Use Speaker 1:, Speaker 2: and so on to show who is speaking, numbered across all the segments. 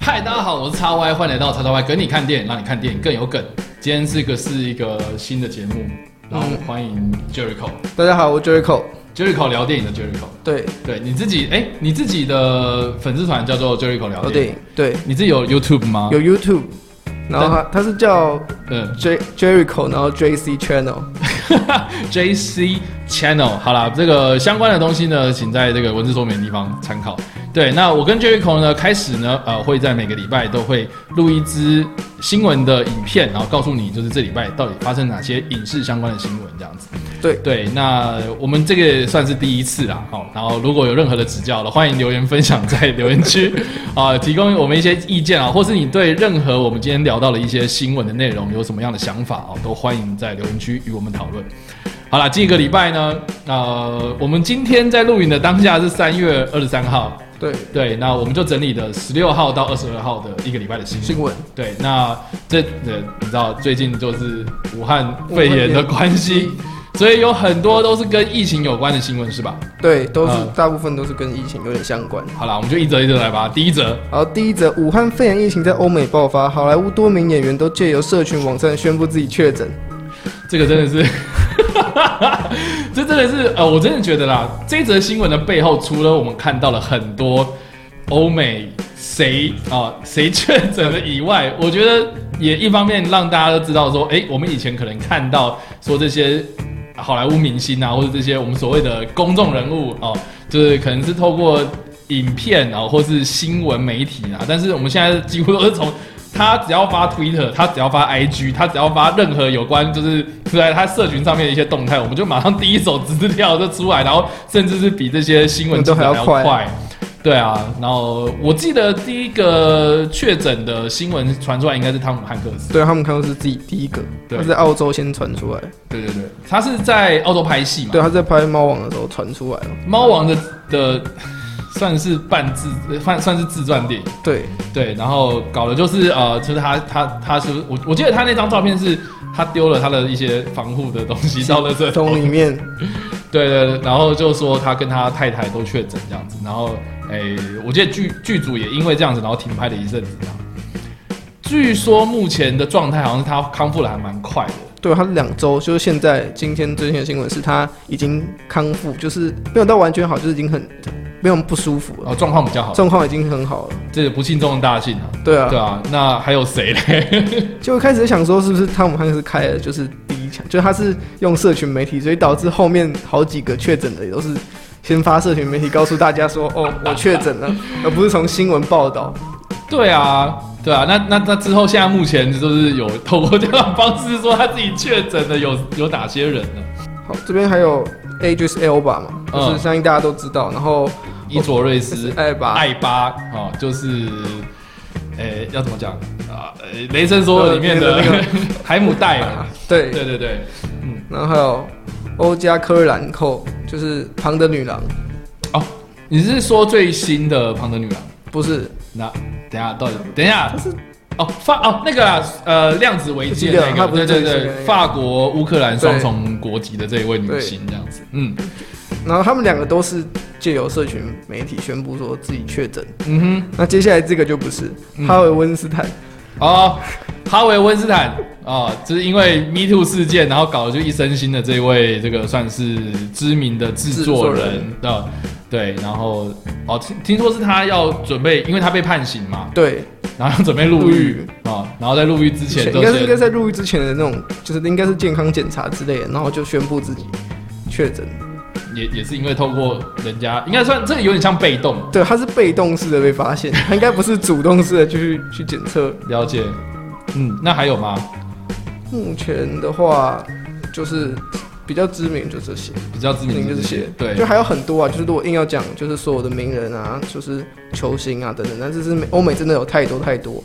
Speaker 1: 嗨，大家好，我是叉 Y，欢迎来到叉叉 Y 跟你看电影，让你看电影更有梗。今天这个是一个新的节目，然后欢迎 Jericho，Jericho、
Speaker 2: 大家好，我 Jericho。
Speaker 1: Jericho 聊电影的 Jericho。
Speaker 2: 对，
Speaker 1: 对你自己，哎，你自己的粉丝团叫做 Jericho 聊
Speaker 2: 哦
Speaker 1: 电
Speaker 2: 对
Speaker 1: 影，
Speaker 2: 对，
Speaker 1: 你自己有 YouTube 吗？
Speaker 2: 有，YouTube，然后他他是叫
Speaker 1: 嗯
Speaker 2: J Jericho，然后 JC Channel。
Speaker 1: ，JC Channel。好啦，这个相关的东西呢，请在这个文字说明的地方参考。对，那我跟 Jericho 呢，开始呢，呃，会在每个礼拜都会录一支新闻的影片，然后告诉你就是这礼拜到底发生哪些影视相关的新闻这样子。
Speaker 2: 对
Speaker 1: 对，那我们这个也算是第一次啦，好、然后如果有任何的指教的，欢迎留言分享在留言区啊、提供我们一些意见啊，或是你对任何我们今天聊到的一些新闻的内容有什么样的想法哦，都欢迎在留言区与我们讨论。好啦，这个礼拜呢，呃，我们今天在录影的当下是三月二十三号，
Speaker 2: 对，
Speaker 1: 对，那我们就整理了十六号到二十二号的一个礼拜的新闻。
Speaker 2: 新闻。
Speaker 1: 对，那这呃，你知道最近就是武汉肺炎的关系，所以有很多都是跟疫情有关的新闻，是吧？
Speaker 2: 对，都是
Speaker 1: 嗯
Speaker 2: 大部分都是跟疫情有点相关。
Speaker 1: 好啦，我们就一则一则来吧。第一则，
Speaker 2: 好，第一则，武汉肺炎疫情在欧美爆发，好莱坞多名演员都借由社群网站宣布自己确诊。
Speaker 1: 这个真的是，这真的是呃，我真的觉得啦，这则新闻的背后，除了我们看到了很多欧美谁啊谁确诊了以外，我觉得也一方面让大家都知道说，诶，我们以前可能看到说这些好莱坞明星啊，或者这些我们所谓的公众人物哦、就是可能是透过影片啊，或是新闻媒体啊，但是我们现在几乎都是从。他只要发 Twitter，他只要发 IG，他只要发任何有关就是出来他社群上面的一些动态，我们就马上第一手资料就出来，然后甚至是比这些新闻
Speaker 2: 嗯都还要
Speaker 1: 记者
Speaker 2: 快
Speaker 1: 快。对啊，然后我记得第一个确诊的新闻传出来应该是汤姆汉克斯。
Speaker 2: 对他们看到是自己第一个，
Speaker 1: 对
Speaker 2: 他是在澳洲先传出来，
Speaker 1: 对对对，他是在澳洲拍戏嘛？
Speaker 2: 对，他是在拍《猫王》的时候传出来了。
Speaker 1: 猫王的的 算是半自呃算算是自传电影，
Speaker 2: 对，
Speaker 1: 对，然后搞的就是呃，就是他他他是我我记得他那张照片是他丢了他的一些防护的东西到了这
Speaker 2: 从里面，
Speaker 1: 对对对，然后就说他跟他太太都确诊这样子，然后诶，我记得剧剧组也因为这样子，然后停拍了一阵子这样。据说目前的状态好像是他康复的还蛮快的，
Speaker 2: 对他两周，就是现在今天最新的新闻是他已经康复，就是没有到完全好，就是已经很没有不舒服
Speaker 1: 然
Speaker 2: 了，
Speaker 1: 后哦状况比较好，
Speaker 2: 状况已经很好了。
Speaker 1: 这不幸中的大幸啊。
Speaker 2: 对啊
Speaker 1: 对，啊，那还有谁嘞？
Speaker 2: 就开始想说是不是汤姆汉克斯开了就是第一枪，就他是用社群媒体，所以导致后面好几个确诊的也都是先发社群媒体告诉大家说哦我确诊了，而不是从新闻报道。
Speaker 1: 对啊，对啊，那那那之后，现在目前就是有透过这样的方式说他自己确诊的有有哪些人呢？
Speaker 2: 好，这边还有 A 就是 L 吧嘛，就
Speaker 1: 嗯
Speaker 2: 是相信大家都知道，然后
Speaker 1: 伊卓瑞
Speaker 2: 就
Speaker 1: 斯
Speaker 2: 是、艾吧，
Speaker 1: 艾巴哦，就是，呃，要怎么讲啊？呃，雷神说里面的
Speaker 2: 呃里面的
Speaker 1: 海姆戴尔，
Speaker 2: 对，
Speaker 1: 对对对，嗯，
Speaker 2: 然后还有欧加科兰蔻，就是庞德女郎，
Speaker 1: 哦，你是说最新的庞德女郎？
Speaker 2: 不是
Speaker 1: 那等一下到底等一下
Speaker 2: 他是
Speaker 1: 哦法哦那个啦呃量子围巾的
Speaker 2: 我记得她
Speaker 1: 那
Speaker 2: 不
Speaker 1: 个，对对
Speaker 2: 是最新
Speaker 1: 对
Speaker 2: 的那，个
Speaker 1: 法国乌克兰双重国籍的这一位女星这样子，嗯
Speaker 2: 然后他们两个都是借由社群媒体宣布说自己确诊。
Speaker 1: 嗯哼。
Speaker 2: 那接下来这个就不是
Speaker 1: 嗯
Speaker 2: 哈维温斯坦，
Speaker 1: 哦，哈维·温斯坦哦，就是因为 Me Too 事件，然后搞得就一身腥的这一位，这个算是知名的制作
Speaker 2: 制作
Speaker 1: 人
Speaker 2: 人
Speaker 1: 的、呃对，然后哦，听听说是他要准备，因为他被判刑嘛，
Speaker 2: 对，
Speaker 1: 然后要准备入
Speaker 2: 入
Speaker 1: 狱
Speaker 2: 狱
Speaker 1: 啊、哦然后在入狱之前
Speaker 2: 前
Speaker 1: 就
Speaker 2: 应该是应该
Speaker 1: 是
Speaker 2: 在入狱之前的那种，就是应该是健康检查之类的，然后就宣布自己确诊。
Speaker 1: 也也是因为透过人家，应该算这个有点像被动
Speaker 2: 对，他是被动式的被发现，他应该不是主动式的去去检测。
Speaker 1: 了解，嗯，那还有吗？
Speaker 2: 目前的话，就是比较知名就这些。
Speaker 1: 比较知名
Speaker 2: 名
Speaker 1: 的
Speaker 2: 就
Speaker 1: 这
Speaker 2: 是
Speaker 1: 些
Speaker 2: 写，，
Speaker 1: 对
Speaker 2: 就，还有很多啊，就是如果硬要讲，就是所有的名人啊，就是球星啊等等，但是是美欧美真的有太多太多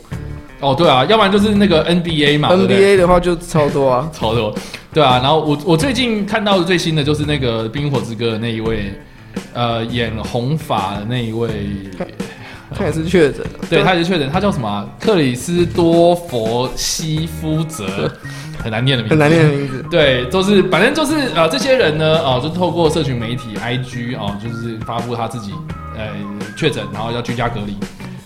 Speaker 1: 哦对啊，要不然就是那个 NBA 嘛对不对
Speaker 2: ，NBA 的话就超多 啊，
Speaker 1: 超多，对啊。然后我我最近看到的最新的就是那个《冰火之歌》的那一位，呃，演红发的那一位，
Speaker 2: 他也是确诊了，
Speaker 1: 对，他也是确诊，他叫什么啊、克里斯多佛西夫泽，很难念的名字，
Speaker 2: 很难念的名字，
Speaker 1: 对，就是反正就是呃，这些人呢，哦、就透过社群媒体 IG 哦、就是发布他自己呃确诊，然后要居家隔离。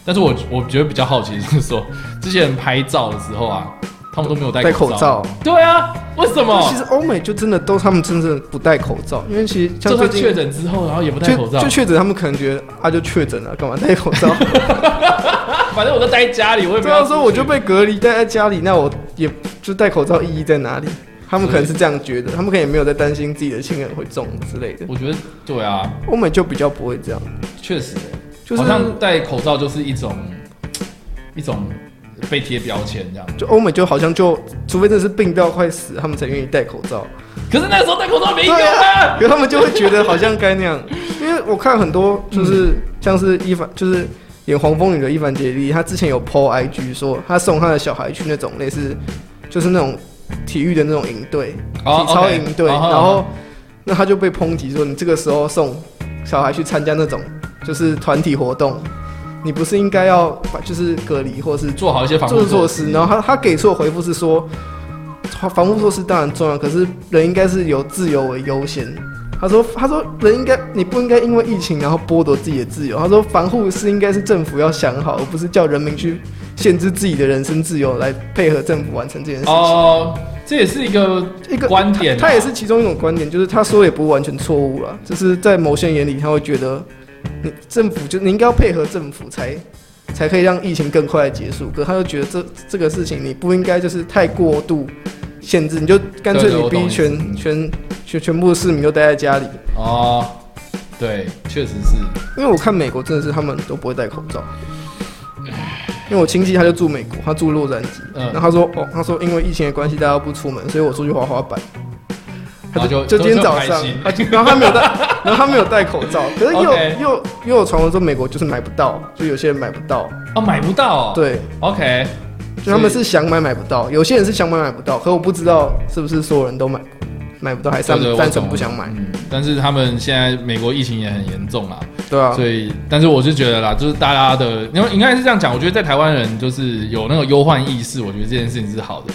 Speaker 1: 但是我我觉得比较好奇就是说，这些人拍照的时候啊，他们都没有戴
Speaker 2: 戴口罩。
Speaker 1: 对啊，为什么
Speaker 2: 其？实欧美就真的都他们真的不戴口罩，因为其实像
Speaker 1: 就
Speaker 2: 最
Speaker 1: 算确
Speaker 2: 近
Speaker 1: 诊之后，然后也不戴口
Speaker 2: 就
Speaker 1: 罩
Speaker 2: 就，确诊，他们可能觉得啊就确诊了，干嘛戴口罩？
Speaker 1: 反正我都待在家里，我也不
Speaker 2: 对
Speaker 1: 要
Speaker 2: 啊，
Speaker 1: 出去。
Speaker 2: 所以我就被隔离待在家里，那我也就戴口罩意义在哪里？他们可能是这样觉得，他们可能也没有在担心自己的亲人会中之类的。
Speaker 1: 我觉得对啊，
Speaker 2: 欧美就比较不会这样，
Speaker 1: 确实欸，
Speaker 2: 就是
Speaker 1: 好像戴口罩就是一种一种被贴标签这样。
Speaker 2: 就欧美就好像就，除非真的是病到快死，他们才愿意戴口罩。
Speaker 1: 可是那时候戴口罩没用
Speaker 2: 对啊，
Speaker 1: 啊。
Speaker 2: 可他们就会觉得好像该那样，因为我看很多就是像是伊凡，就是演黄蜂女的伊凡杰利，他之前有 PO IG 说他送他的小孩去那种类似就是那种体育的那种营队，
Speaker 1: 哦
Speaker 2: 体操
Speaker 1: OK，
Speaker 2: 营队，
Speaker 1: 哦
Speaker 2: 然后那他就被抨击说你这个时候送小孩去参加那种就是团体活动，你不是应该要把就是隔离或是
Speaker 1: 做好一些防护
Speaker 2: 做措施，然后他他给出的回复是说，防护措施当然重要，可是人应该是由自由为优先。他说：“他说人应该，你不应该因为疫情然后剥夺自己的自由。”他说：“防护是应该是政府要想好，而不是叫人民去限制自己的人身自由来配合政府完成这件事情。
Speaker 1: 哦，这也是一个
Speaker 2: 一个
Speaker 1: 观点啊、
Speaker 2: 他也是其中一种观点，就是他说也不完全错误了，就是在某些人眼里，他会觉得你政府就你应该要配合政府才才可以让疫情更快的结束。可他就觉得这这个事情你不应该就是太过度限制，你就干脆
Speaker 1: 对对
Speaker 2: 你
Speaker 1: 我懂
Speaker 2: 逼
Speaker 1: 你
Speaker 2: 全
Speaker 1: 意思
Speaker 2: 全全全部的市民都待在家里。
Speaker 1: 哦，对，确实是。
Speaker 2: 因为我看美国真的是他们都不会戴口罩，因为我亲戚他就住美国，他住洛杉矶，
Speaker 1: 嗯
Speaker 2: 然后他说哦，他说因为疫情的关系大家都不出门，所以我出去滑滑板。
Speaker 1: 然后就
Speaker 2: 就
Speaker 1: 就
Speaker 2: 今天早
Speaker 1: 就
Speaker 2: 上
Speaker 1: 很开心，
Speaker 2: 他就然后他 没有戴，然后他没有戴口罩，可是又
Speaker 1: OK
Speaker 2: 又又有传闻说美国就是买不到，就有些人买不到，
Speaker 1: 哦，买不到、哦。
Speaker 2: 对，
Speaker 1: ，OK，
Speaker 2: 就他们是想买买不到，有些人是想买买不到，可我不知道是不是所有人都买买不到，还是他
Speaker 1: 对对
Speaker 2: 们
Speaker 1: 我
Speaker 2: 单纯
Speaker 1: 懂
Speaker 2: 不想买，
Speaker 1: 嗯，但是他们现在美国疫情也很严重啦，
Speaker 2: 对啊，
Speaker 1: 所以，但是我是觉得啦，就是大家的，因为应该是这样讲，我觉得在台湾人就是有那种忧患意识，我觉得这件事情是好的，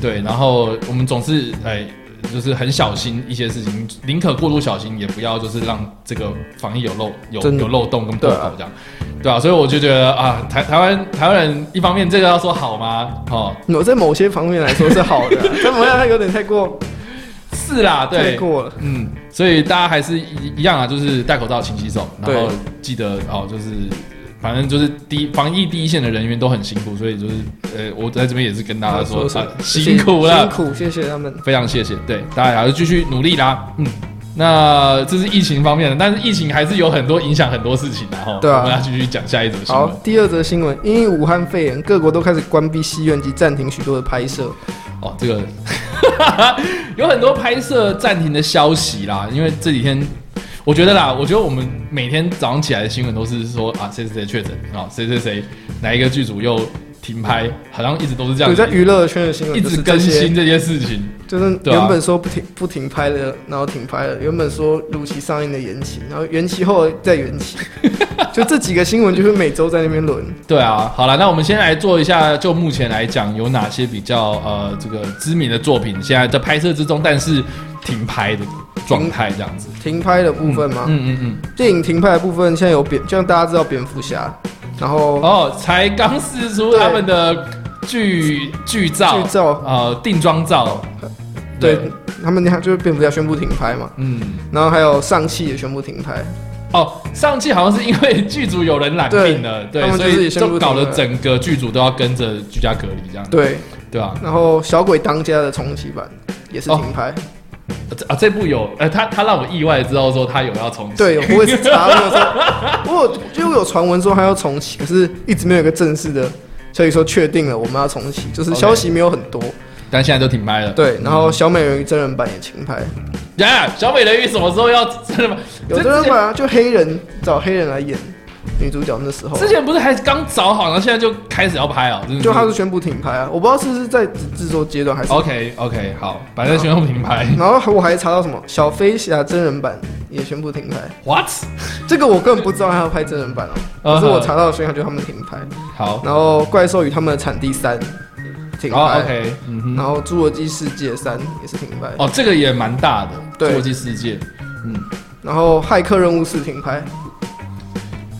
Speaker 1: 对。然后我们总是哎，就是很小心一些事情，宁可过度小心，也不要就是让这个防疫有漏有
Speaker 2: 真的
Speaker 1: 有漏洞跟破
Speaker 2: 对啊
Speaker 1: 口这样，对啊，所以我就觉得啊，台台湾台湾人一方面这个要说好吗？哦，
Speaker 2: 我在某些方面来说是好 的啊，但某样他有点太过
Speaker 1: 是啦，
Speaker 2: 太
Speaker 1: 对，
Speaker 2: 过了，
Speaker 1: 嗯，所以大家还是一一样啊，就是戴口罩、勤洗手，然后
Speaker 2: 对
Speaker 1: 记得哦，就是反正就是第一防疫第一线的人员都很辛苦，所以就是呃，我在这边也是跟大家说，
Speaker 2: 是
Speaker 1: 啊、辛苦了，
Speaker 2: 辛苦，谢谢他们。
Speaker 1: 非常谢谢，对，大家还是继续努力啦，嗯。那这是疫情方面的，但是疫情还是有很多影响很多事情的哈。
Speaker 2: 对啊
Speaker 1: 我们要继续讲下一则新
Speaker 2: 好
Speaker 1: 闻。，
Speaker 2: 第二则新闻，因武汉肺炎，各国都开始关闭戏院及暂停许多的拍摄。
Speaker 1: 哦，这个有很多拍摄暂停的消息啦，因为这几天我觉得啦，我觉得我们每天早上起来的新闻都是说啊，谁谁谁确诊啊，谁谁谁哪一个剧组又停拍，好像一直都是这样
Speaker 2: 对，在
Speaker 1: 子，
Speaker 2: 娱乐圈的新闻
Speaker 1: 一
Speaker 2: 就是
Speaker 1: 直
Speaker 2: 这
Speaker 1: 更
Speaker 2: 些
Speaker 1: 新这件事情。
Speaker 2: 就是
Speaker 1: 对啊
Speaker 2: 原本说不停不停拍了，然后停拍了；原本说如期上映的延期，然后延期后再延 期，就这几个新闻就是每周在那边轮。
Speaker 1: 对啊，好了，那我们先来做一下，就目前来讲有哪些比较呃这个知名的作品现在在拍摄之中，但是停拍的状态这样子。
Speaker 2: 停拍的部分嘛，
Speaker 1: 嗯嗯嗯。
Speaker 2: 电影停拍的部分现在有蝙，就像大家知道蝙蝠侠，然后
Speaker 1: 哦，才刚试出
Speaker 2: 对
Speaker 1: 他们的剧剧照，
Speaker 2: 剧照
Speaker 1: 呃定妆照，
Speaker 2: 对，他们看就是蝙蝠侠宣布停拍嘛，
Speaker 1: 嗯，
Speaker 2: 然后还有上汽也宣布停拍，
Speaker 1: 哦，上季好像是因为剧组有人染病了，
Speaker 2: 对
Speaker 1: 对，
Speaker 2: 他们就
Speaker 1: 所
Speaker 2: 是
Speaker 1: 以
Speaker 2: 也宣布
Speaker 1: 就搞
Speaker 2: 停了
Speaker 1: 得整个剧组都要跟着居家隔离这样，
Speaker 2: 对，
Speaker 1: 对吧、
Speaker 2: 然后小鬼当家的重启版也
Speaker 1: 哦
Speaker 2: 是停拍，
Speaker 1: 啊？这啊这部有，呃，他他让我意外知道说他有要重启，
Speaker 2: 对，我也是查了，我有说，我有就有传闻说他要重启，可是一直没有一个正式的消息说确定了我们要重启，就是
Speaker 1: OK
Speaker 2: 消息没有很多。
Speaker 1: 但现在都停拍了，
Speaker 2: 对，然后小美人鱼真人版也停拍，
Speaker 1: 呀，小美人鱼什么时候要真的吗？
Speaker 2: 有
Speaker 1: 这
Speaker 2: 真人
Speaker 1: 之前
Speaker 2: 版啊，就黑人找黑人来演女主角那时候，
Speaker 1: 之前不是还刚找好，然后现在就开始要拍哦，真的是
Speaker 2: 就他是宣布停拍啊，我不知道是不是在制作阶段还是。
Speaker 1: OK OK 好，反正宣布停 拍
Speaker 2: 然后我还查到什么小飞侠真人版也宣布停拍，
Speaker 1: ，What？
Speaker 2: 这个我根本不知道他要拍真人版哦、
Speaker 1: 嗯
Speaker 2: 可是我
Speaker 1: 哼
Speaker 2: 查到的宣传就他们停拍，
Speaker 1: 好，
Speaker 2: 然后怪兽与他们的产地三停拍。
Speaker 1: 哦，OK，嗯哼，
Speaker 2: 然后《侏罗纪世界三》也是停拍，
Speaker 1: 哦，这个也蛮大的，
Speaker 2: 对
Speaker 1: 侏罗纪世界，
Speaker 2: 然后《骇客任务四》停拍，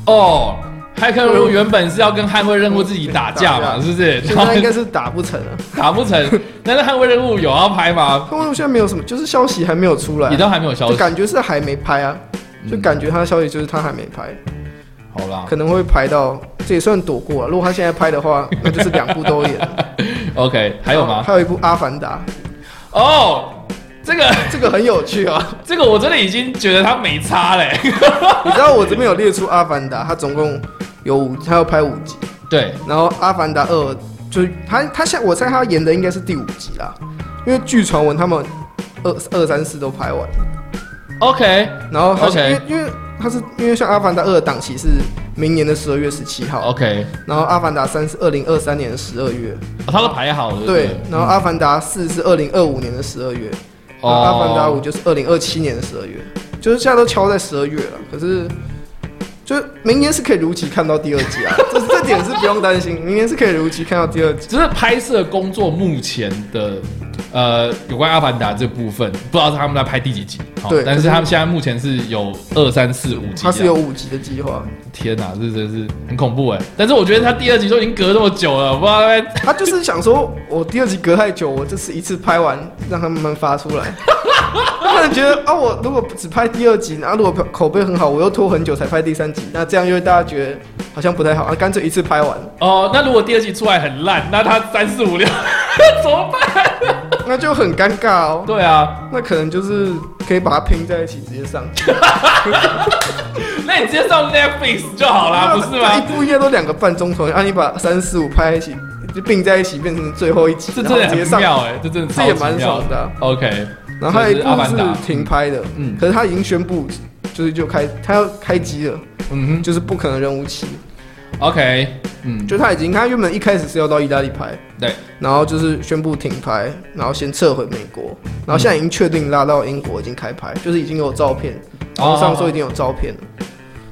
Speaker 1: 哦，骇客任务原本是要跟捍卫任务自己打架嘛，是不是？
Speaker 2: 啊现
Speaker 1: 然后
Speaker 2: 在应该是打不成 了。
Speaker 1: 打不成， 但是捍卫任务有要拍吗？
Speaker 2: 他们现在没有什么，就是消息还没有出来
Speaker 1: 也
Speaker 2: 啊，
Speaker 1: 都还没有消
Speaker 2: 就
Speaker 1: 息。
Speaker 2: 感觉是还没拍啊，就感觉他的消息就是他还没拍，
Speaker 1: 嗯好啦
Speaker 2: 可能会拍到，这也算躲过啊。如果他现在拍的话，那就是两部都演。
Speaker 1: ，OK，还有吗？
Speaker 2: 还有一部《阿凡达
Speaker 1: 哦，这个》，
Speaker 2: 这个很有趣啊。
Speaker 1: 这个我真的已经觉得他没差嘞。
Speaker 2: 你知道我这边有列出《阿凡达》，它总共有五，它要拍五集，
Speaker 1: 对，
Speaker 2: 然后《阿凡达二》就是他他现我猜他演的应该是第五集啦，因为据传闻他们二二三四都拍完了。
Speaker 1: OK，
Speaker 2: 然后好
Speaker 1: OK
Speaker 2: 像因为因为它是因为像《阿凡达二》的档期是明年的十二月十七
Speaker 1: 好
Speaker 2: 号，
Speaker 1: ，OK，
Speaker 2: 然后《阿凡达三》是二零二三年的十二月，
Speaker 1: 哦他都排好了。
Speaker 2: 对
Speaker 1: 不，
Speaker 2: 然后《阿凡达四》是二零二五年的十二月，然后《阿凡达五》就是二零二七年的十二月，就是现在都敲在十二月了，可是。就是明年是可以如期看到第二集啊， 这这点是不用担心，明年是可以如期看到第二集。
Speaker 1: 只是拍摄工作目前的呃有关《阿凡达》这部分，不知道他们在拍第几集。好
Speaker 2: 对
Speaker 1: 但
Speaker 2: 可
Speaker 1: 是
Speaker 2: 是
Speaker 1: 他们现在目前是有二三四五集。啊
Speaker 2: 它是有。五集的计划，
Speaker 1: 天哪、这真是很恐怖哎！但是我觉得他第二集都已经隔那么久了，不知道在
Speaker 2: 他就是想说，我第二集隔太久，我这次一次拍完，让他们慢慢发出来。 他可能觉得啊，我如果只拍第二集，然后如果口碑很好，我又拖很久才拍第三集，那这样又会大家觉得好像不太好，那干脆一次 拍完，
Speaker 1: 哦，那如果第二集出来很烂，那他三四五六 怎么办？
Speaker 2: 那就很尴尬哦。
Speaker 1: 对啊，
Speaker 2: 那可能就是可以把它拼在一起直接上，
Speaker 1: 那你直接上 Netflix 就好啊啦，不是
Speaker 2: 那
Speaker 1: 吗？
Speaker 2: 啊一部应该都两个半钟头，啊，你把三四五拍一起就并在一起变成最后一集，
Speaker 1: 这
Speaker 2: 然
Speaker 1: 真
Speaker 2: 后
Speaker 1: 的
Speaker 2: 直接
Speaker 1: 很
Speaker 2: 上，
Speaker 1: 妙哎，这真的
Speaker 2: 这也
Speaker 1: 超级
Speaker 2: 蛮
Speaker 1: 妙
Speaker 2: 爽。的啊、
Speaker 1: OK，
Speaker 2: 然后还有一
Speaker 1: 这是阿
Speaker 2: 部
Speaker 1: 凡达
Speaker 2: 是停拍的，
Speaker 1: 嗯
Speaker 2: 可是他已经宣布，就是就开他要开机了，
Speaker 1: 嗯
Speaker 2: 就是不可能任务七，
Speaker 1: 哼，OK，嗯，
Speaker 2: 就他已经他原本一开始是要到意大利拍，
Speaker 1: 对，
Speaker 2: 然后就是宣布停拍，然后先撤回美国，然后现在已经确定拉到英国已经开拍，就是已经有照片，网上说已经有照片了，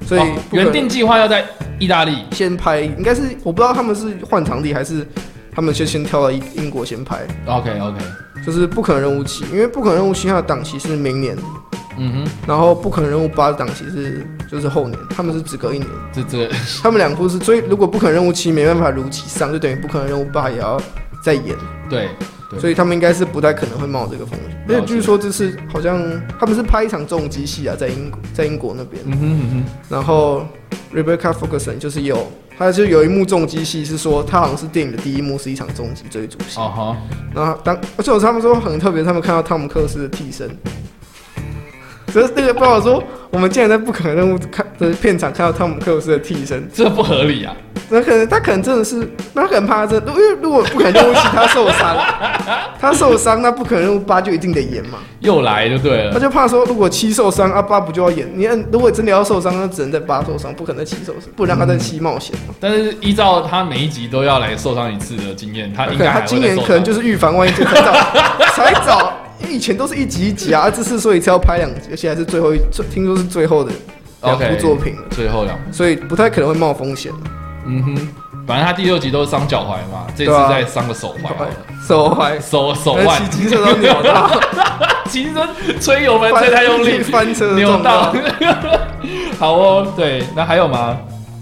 Speaker 2: 所以
Speaker 1: 哦
Speaker 2: 不可
Speaker 1: 原
Speaker 2: 能
Speaker 1: 定计划要在意大利。
Speaker 2: 先拍，应该是我不知道他们是换场地还是他们就先挑到英英国先拍，
Speaker 1: OK OK，
Speaker 2: 就是不可能任务七，因为不可能任务七它的档期是明年。
Speaker 1: 嗯
Speaker 2: 然后不可能任务八的档期是就是后年，他们是只隔一年，
Speaker 1: 哼，这这个
Speaker 2: 他们两部是所以如果不可能任务七没办法如期上，就等于不可能任务八也要再演，
Speaker 1: 对对
Speaker 2: 所以他们应该是不太可能会冒这个风险。
Speaker 1: 了解
Speaker 2: 而且据说这次好像他们是拍一场重机戏啊，在英国在英国那边，
Speaker 1: 嗯哼嗯
Speaker 2: 然后 Rebecca Ferguson 就是有。他就有一幕重击戏，是说他好像是电影的第一幕是一场重击追逐戏
Speaker 1: 哼，。哦好，
Speaker 2: 然后当，而且我他们说很特别，他们看到汤姆克鲁斯的替身，只是那个报道说，我们竟然在不可能任务看的片场看到汤姆克鲁斯的替身，
Speaker 1: 这不合理啊！
Speaker 2: 那可能他可能真的是，那他可能怕他真的，因为如果不可能任务七他受伤，他受伤，那不可能任务八就一定得演嘛，
Speaker 1: 又来就对
Speaker 2: 他
Speaker 1: 了，
Speaker 2: 就怕说如果七受伤，啊八不就要演？你按如果真的要受伤，那只能在八受伤，不可能在七受伤，不然让他在七冒险嘛。
Speaker 1: 但是依照他每一集都要来受伤一次的经验，他应
Speaker 2: 可
Speaker 1: 该
Speaker 2: 能他
Speaker 1: 还
Speaker 2: 今
Speaker 1: 会再
Speaker 2: 年
Speaker 1: 受
Speaker 2: 可能就
Speaker 1: 伤。
Speaker 2: 是预防万一，就才找才找，因为以前都是一集一集啊，这次所以才要拍两集，而且还是最后一，最听说是最后的两
Speaker 1: OK
Speaker 2: 部作品了，
Speaker 1: 最后两，
Speaker 2: 所以不太可能会冒风险。
Speaker 1: 嗯哼，反正他第六集都是伤脚踝嘛，这
Speaker 2: 对
Speaker 1: 次
Speaker 2: 啊
Speaker 1: 再伤个手踝 好了，
Speaker 2: 手坏，
Speaker 1: 手手
Speaker 2: 那
Speaker 1: 腕
Speaker 2: 哎骑，机车都扭到，
Speaker 1: 骑车吹油门吹太用力，
Speaker 2: 翻 车
Speaker 1: 扭
Speaker 2: 撞
Speaker 1: 到。 好哦，对，那还有吗？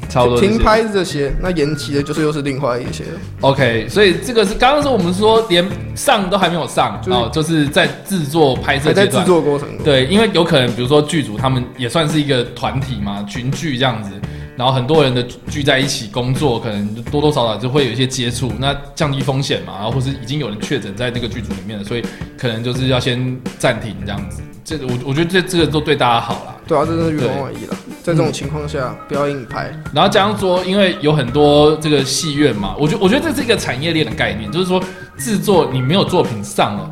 Speaker 1: 差不多这些
Speaker 2: 停拍是这些，那延期的就是又是另外一些了，
Speaker 1: OK，所以这个是刚刚说我们说连上都还没有上，
Speaker 2: 就是
Speaker 1: 哦，就是在制作拍摄
Speaker 2: 还在
Speaker 1: 阶
Speaker 2: 制
Speaker 1: 段。
Speaker 2: 作过程中。
Speaker 1: 对，因为有可能比如说剧组他们也算是一个团体嘛，群聚这样子，然后很多人的聚在一起工作，可能多多少少就会有一些接触，那降低风险嘛，然后或是已经有人确诊在那个剧组里面了，所以可能就是要先暂停这样子。这我我觉得这这个都对大家好啦。
Speaker 2: 对啊，这真的是预防万一了。在这种情况下，不要硬拍。
Speaker 1: 然后加上说，因为有很多这个戏院嘛，我觉我觉得这是一个产业链的概念，就是说制作你没有作品上了，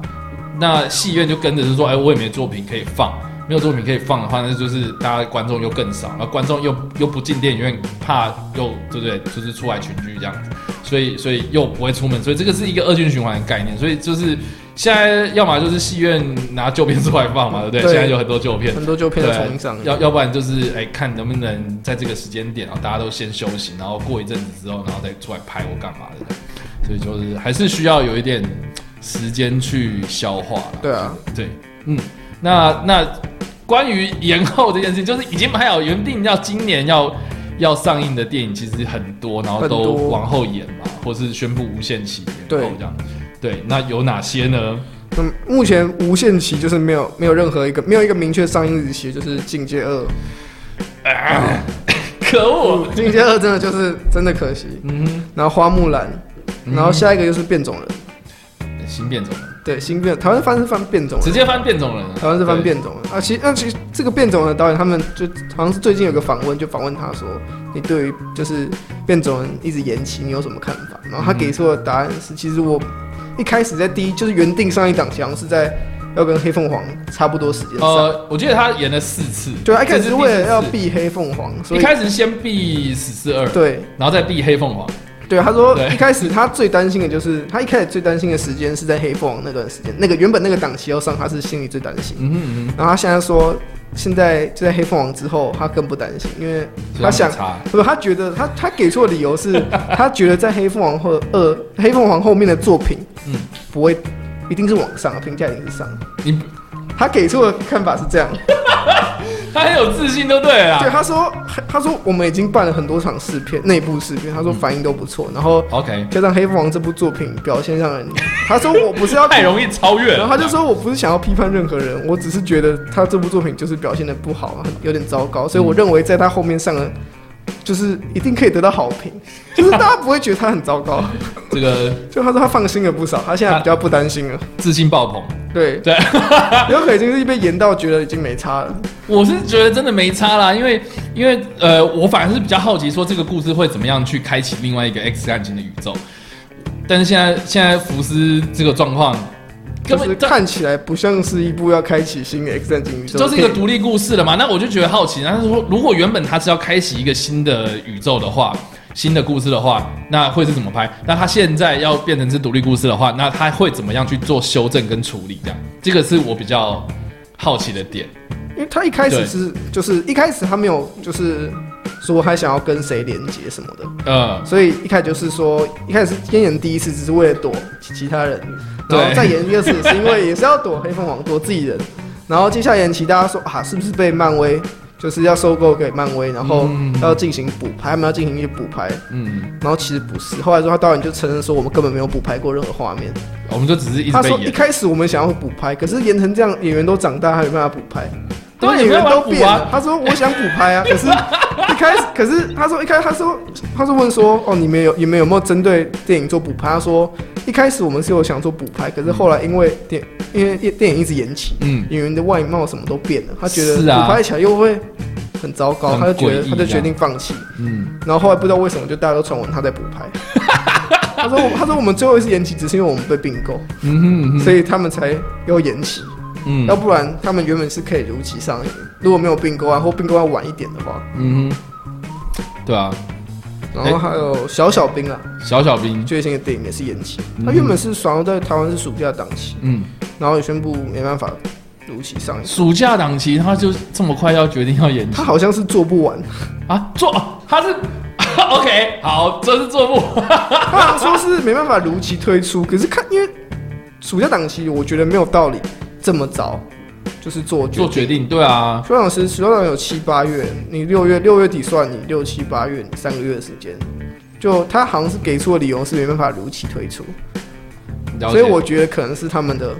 Speaker 1: 那戏院就跟着是说，哎，我也没作品可以放，没有作品可以放的话，那就是大家观众又更少，然后观众又又不进电影院，怕又对不对？就是出来群聚这样子，所以所以又不会出门，所以这个是一个恶性循环的概念，所以就是现在要么就是戏院拿旧片出来放嘛，对不对？
Speaker 2: 对
Speaker 1: 现在有很多旧片，
Speaker 2: 很多旧片
Speaker 1: 对，
Speaker 2: 的重新上映，
Speaker 1: 要要不然就是哎、看能不能在这个时间点，然后哦大家都先休息，然后过一阵子之后，然后再出来拍或干嘛的，所以就是还是需要有一点时间去消化啦。
Speaker 2: 对啊，
Speaker 1: 对，嗯，那那关于延后这件事情，就是已经拍好，原定要今年要要上映的电影其实很多，然后
Speaker 2: 很
Speaker 1: 都
Speaker 2: 多
Speaker 1: 往后延嘛，或是宣布无限期延
Speaker 2: 对
Speaker 1: 后这样。对，那有哪些呢？
Speaker 2: 那么目前无限期就是没有没有任何一个没有一个明确上映日期，就是《境界二》
Speaker 1: 可恶！
Speaker 2: 境界二》真的就是真的可惜。
Speaker 1: 嗯哼，
Speaker 2: 然后花木兰，
Speaker 1: 嗯
Speaker 2: 然后下一个就是变种人，
Speaker 1: 新变种人，
Speaker 2: 对，新变台湾翻是翻变种
Speaker 1: 直
Speaker 2: 人，
Speaker 1: 接翻变种人了，
Speaker 2: 台湾是翻
Speaker 1: 对
Speaker 2: 变种人啊。其实那其实这个变种人的导演他们就好像是最近有个访问，就访问他说，你对于就是变种人一直延期，你有什么看法？然后他
Speaker 1: 嗯
Speaker 2: 给出的答案是，其实我一开始在第一就是原定上一档期好像是在要跟黑凤凰差不多时间上。
Speaker 1: 呃，我记得他演了四次，
Speaker 2: 对，啊他一开
Speaker 1: 这
Speaker 2: 始
Speaker 1: 是
Speaker 2: 是
Speaker 1: 第
Speaker 2: 为了
Speaker 1: 四
Speaker 2: 要
Speaker 1: 次
Speaker 2: 避黑凤凰，所
Speaker 1: 一
Speaker 2: 以
Speaker 1: 开始先避死侍二，
Speaker 2: 对
Speaker 1: 然后再避黑凤凰。
Speaker 2: 对，他说
Speaker 1: 对
Speaker 2: 一开始他最担心的就是他一开始最担心的时间是在黑凤凰那段时间，那个原本那个档期要上，他是心里最担心。
Speaker 1: 嗯哼嗯
Speaker 2: 然后他现在说，现在就在黑凤凰之后，他更不担心，因为
Speaker 1: 哼，
Speaker 2: 他想
Speaker 1: 所以啊很差
Speaker 2: 不，他觉得他他给出的理 由是，他觉得在黑凤凰后二黑凤凰后面的作品，
Speaker 1: 嗯
Speaker 2: 嗯，不会一定是往上，评价一定是上。
Speaker 1: 你，
Speaker 2: 他给出的看法是这样，
Speaker 1: 他很有自信，就对了
Speaker 2: 对，啊
Speaker 1: 啦。
Speaker 2: 他说他说我们已经办了很多场试片，内部试片，他
Speaker 1: 嗯
Speaker 2: 说反应都不错，然后
Speaker 1: OK，
Speaker 2: 加上黑凤凰这部作品表现让人，他说我不是要
Speaker 1: 太容易超越了。
Speaker 2: 然后他就说：“我不是想要批判任何人，我只是觉得他这部作品就是表现的不好，很有点糟
Speaker 1: 嗯
Speaker 2: 糕，所以我认为在他后面上了，就是一定可以得到好 评，就是大家不会觉得他很糟糕。
Speaker 1: 这个
Speaker 2: 就他说他放心了不少，他现在比较不担心了。
Speaker 1: 自信爆棚。
Speaker 2: 对
Speaker 1: 对，
Speaker 2: 有可能已经是被延到觉得已经没差了。
Speaker 1: 我是觉得真的没差啦，因为因为呃，我反而是比较好奇说这个故事会怎么样去开启另外一个 X 战警的宇宙。但是现在现在福斯这个状况，根
Speaker 2: 就
Speaker 1: 本
Speaker 2: 是看起来不像是一部要开启新的 X 战警宇宙
Speaker 1: 就
Speaker 2: 的
Speaker 1: 是
Speaker 2: 电
Speaker 1: 一
Speaker 2: 影，
Speaker 1: 个独立故事了嘛。那我就觉得好奇，但是说如果原本他是要开启一个新的宇宙的话，新的故事的话，那会是怎么拍？那他现在要变成是独立故事的话，那他会怎么样去做修正跟处理？这样，这个是我比较好奇的点。
Speaker 2: 因为他一开
Speaker 1: 对
Speaker 2: 始是就是一开始他没有就是说他想要跟谁连接什么的。”
Speaker 1: 呃，
Speaker 2: 所以一开始就是说，一开始演演第一次只是为了躲其其他人，
Speaker 1: 对
Speaker 2: 然后再演第二次是因为也是要躲黑凤凰、躲自己人，然后接下来演其大家说啊，是不是被漫威就是要收购给漫威，然后
Speaker 1: 嗯
Speaker 2: 要进行补拍，他们要进行一些补拍，
Speaker 1: 嗯，
Speaker 2: 然后其实不是，后来说他导演就承认说我们根本没有补拍过任何画面，
Speaker 1: 我们就只是一直
Speaker 2: 他
Speaker 1: 被
Speaker 2: 说一
Speaker 1: 演，
Speaker 2: 开始我们想要补拍，可是演成这样，演员都长大，还有办法补拍？
Speaker 1: 嗯对
Speaker 2: 演员
Speaker 1: 有没
Speaker 2: 都
Speaker 1: 有
Speaker 2: 变
Speaker 1: 办法补啊
Speaker 2: 了。他说我想补 拍啊，可是一开始，可是他说一开始他说他是问说哦，你们有你们有没有针对电影做补拍？他说一开始我们是有想做补拍，可是后来因为电因为电影一直延期，
Speaker 1: 嗯，
Speaker 2: 演员的外貌什么都变了，他觉得
Speaker 1: 是啊
Speaker 2: 补拍起来又会很糟糕，
Speaker 1: 很
Speaker 2: 他就觉得
Speaker 1: 诡异
Speaker 2: 他就
Speaker 1: 这
Speaker 2: 决
Speaker 1: 样
Speaker 2: 定放弃。
Speaker 1: 嗯，
Speaker 2: 然后后来不知道为什么，就大家都传闻他在补 拍。他说我他说我们最后一次延期只是因为我们被并购。
Speaker 1: 嗯哼嗯哼，
Speaker 2: 所以他们才要延期，
Speaker 1: 嗯
Speaker 2: 要不然他们原本是可以如期上映。如果没有并购案或并购案晚一点的话，
Speaker 1: 嗯哼，对啊，
Speaker 2: 然后还有小小兵啊，
Speaker 1: 小小兵，
Speaker 2: 最新的电影也是延期。
Speaker 1: 嗯
Speaker 2: 他原本是爽在台湾是暑假档期，
Speaker 1: 嗯，
Speaker 2: 然后也宣布没办法如期上映。
Speaker 1: 暑假档期他就这么快要决定要演
Speaker 2: 他好像是做不完，
Speaker 1: 啊，做哦他是 啊 OK，好，这是做不
Speaker 2: 他好像说是没办法如期推出，可是看因为暑假档期，我觉得没有道理这么早就是做决
Speaker 1: 做决定，对啊，
Speaker 2: 休养时，休养有七八月，你六月六月底算你六七八月三个月的时间，就他好像是给出的理由是没办法如期推出，
Speaker 1: 了
Speaker 2: 所
Speaker 1: 解
Speaker 2: 以我觉得可能是他们的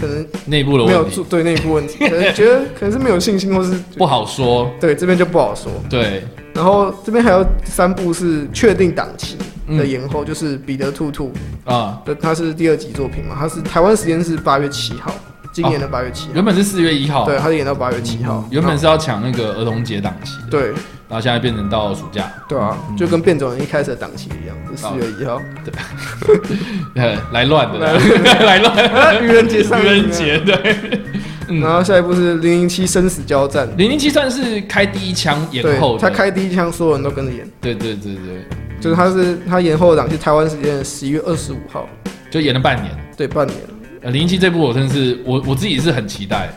Speaker 2: 可能
Speaker 1: 内部的
Speaker 2: 没有
Speaker 1: 问题
Speaker 2: 做对内部问题，可能觉得可能是没有信心，或 是
Speaker 1: 不好说，
Speaker 2: 对这边就不好说。
Speaker 1: 对，
Speaker 2: 然后这边还有三部是确定档期的
Speaker 1: 嗯
Speaker 2: 延后，就是《彼得兔兔
Speaker 1: 啊》，
Speaker 2: 的，它是第二集作品嘛，它是台湾时间是八月七号，今年的八月七号，
Speaker 1: 原本是四月一号，
Speaker 2: 对，它啊是延到八月七号
Speaker 1: 哦嗯，原本是要抢那个儿童节档期，
Speaker 2: 对。
Speaker 1: 然后现在变成到暑假，
Speaker 2: 对啊，
Speaker 1: 嗯
Speaker 2: 就跟变种人一开始的档期一样，是四月
Speaker 1: 哦
Speaker 2: 一号，
Speaker 1: 呃，来乱的， 来乱，
Speaker 2: 愚人节上
Speaker 1: 愚
Speaker 2: 映啊
Speaker 1: 人节对，嗯
Speaker 2: 然后下一部是零零七生死交战，
Speaker 1: 零零七算是开第一枪
Speaker 2: 对
Speaker 1: 延后，，
Speaker 2: 他，开第一枪，所有人都跟着演，
Speaker 1: 对对对对，
Speaker 2: 就是他是他延后的档期，台湾时间的十一月二十五号，
Speaker 1: 就演了半年。
Speaker 2: 对，半年了，
Speaker 1: 呃，零七这部我真是我我自己是很期待，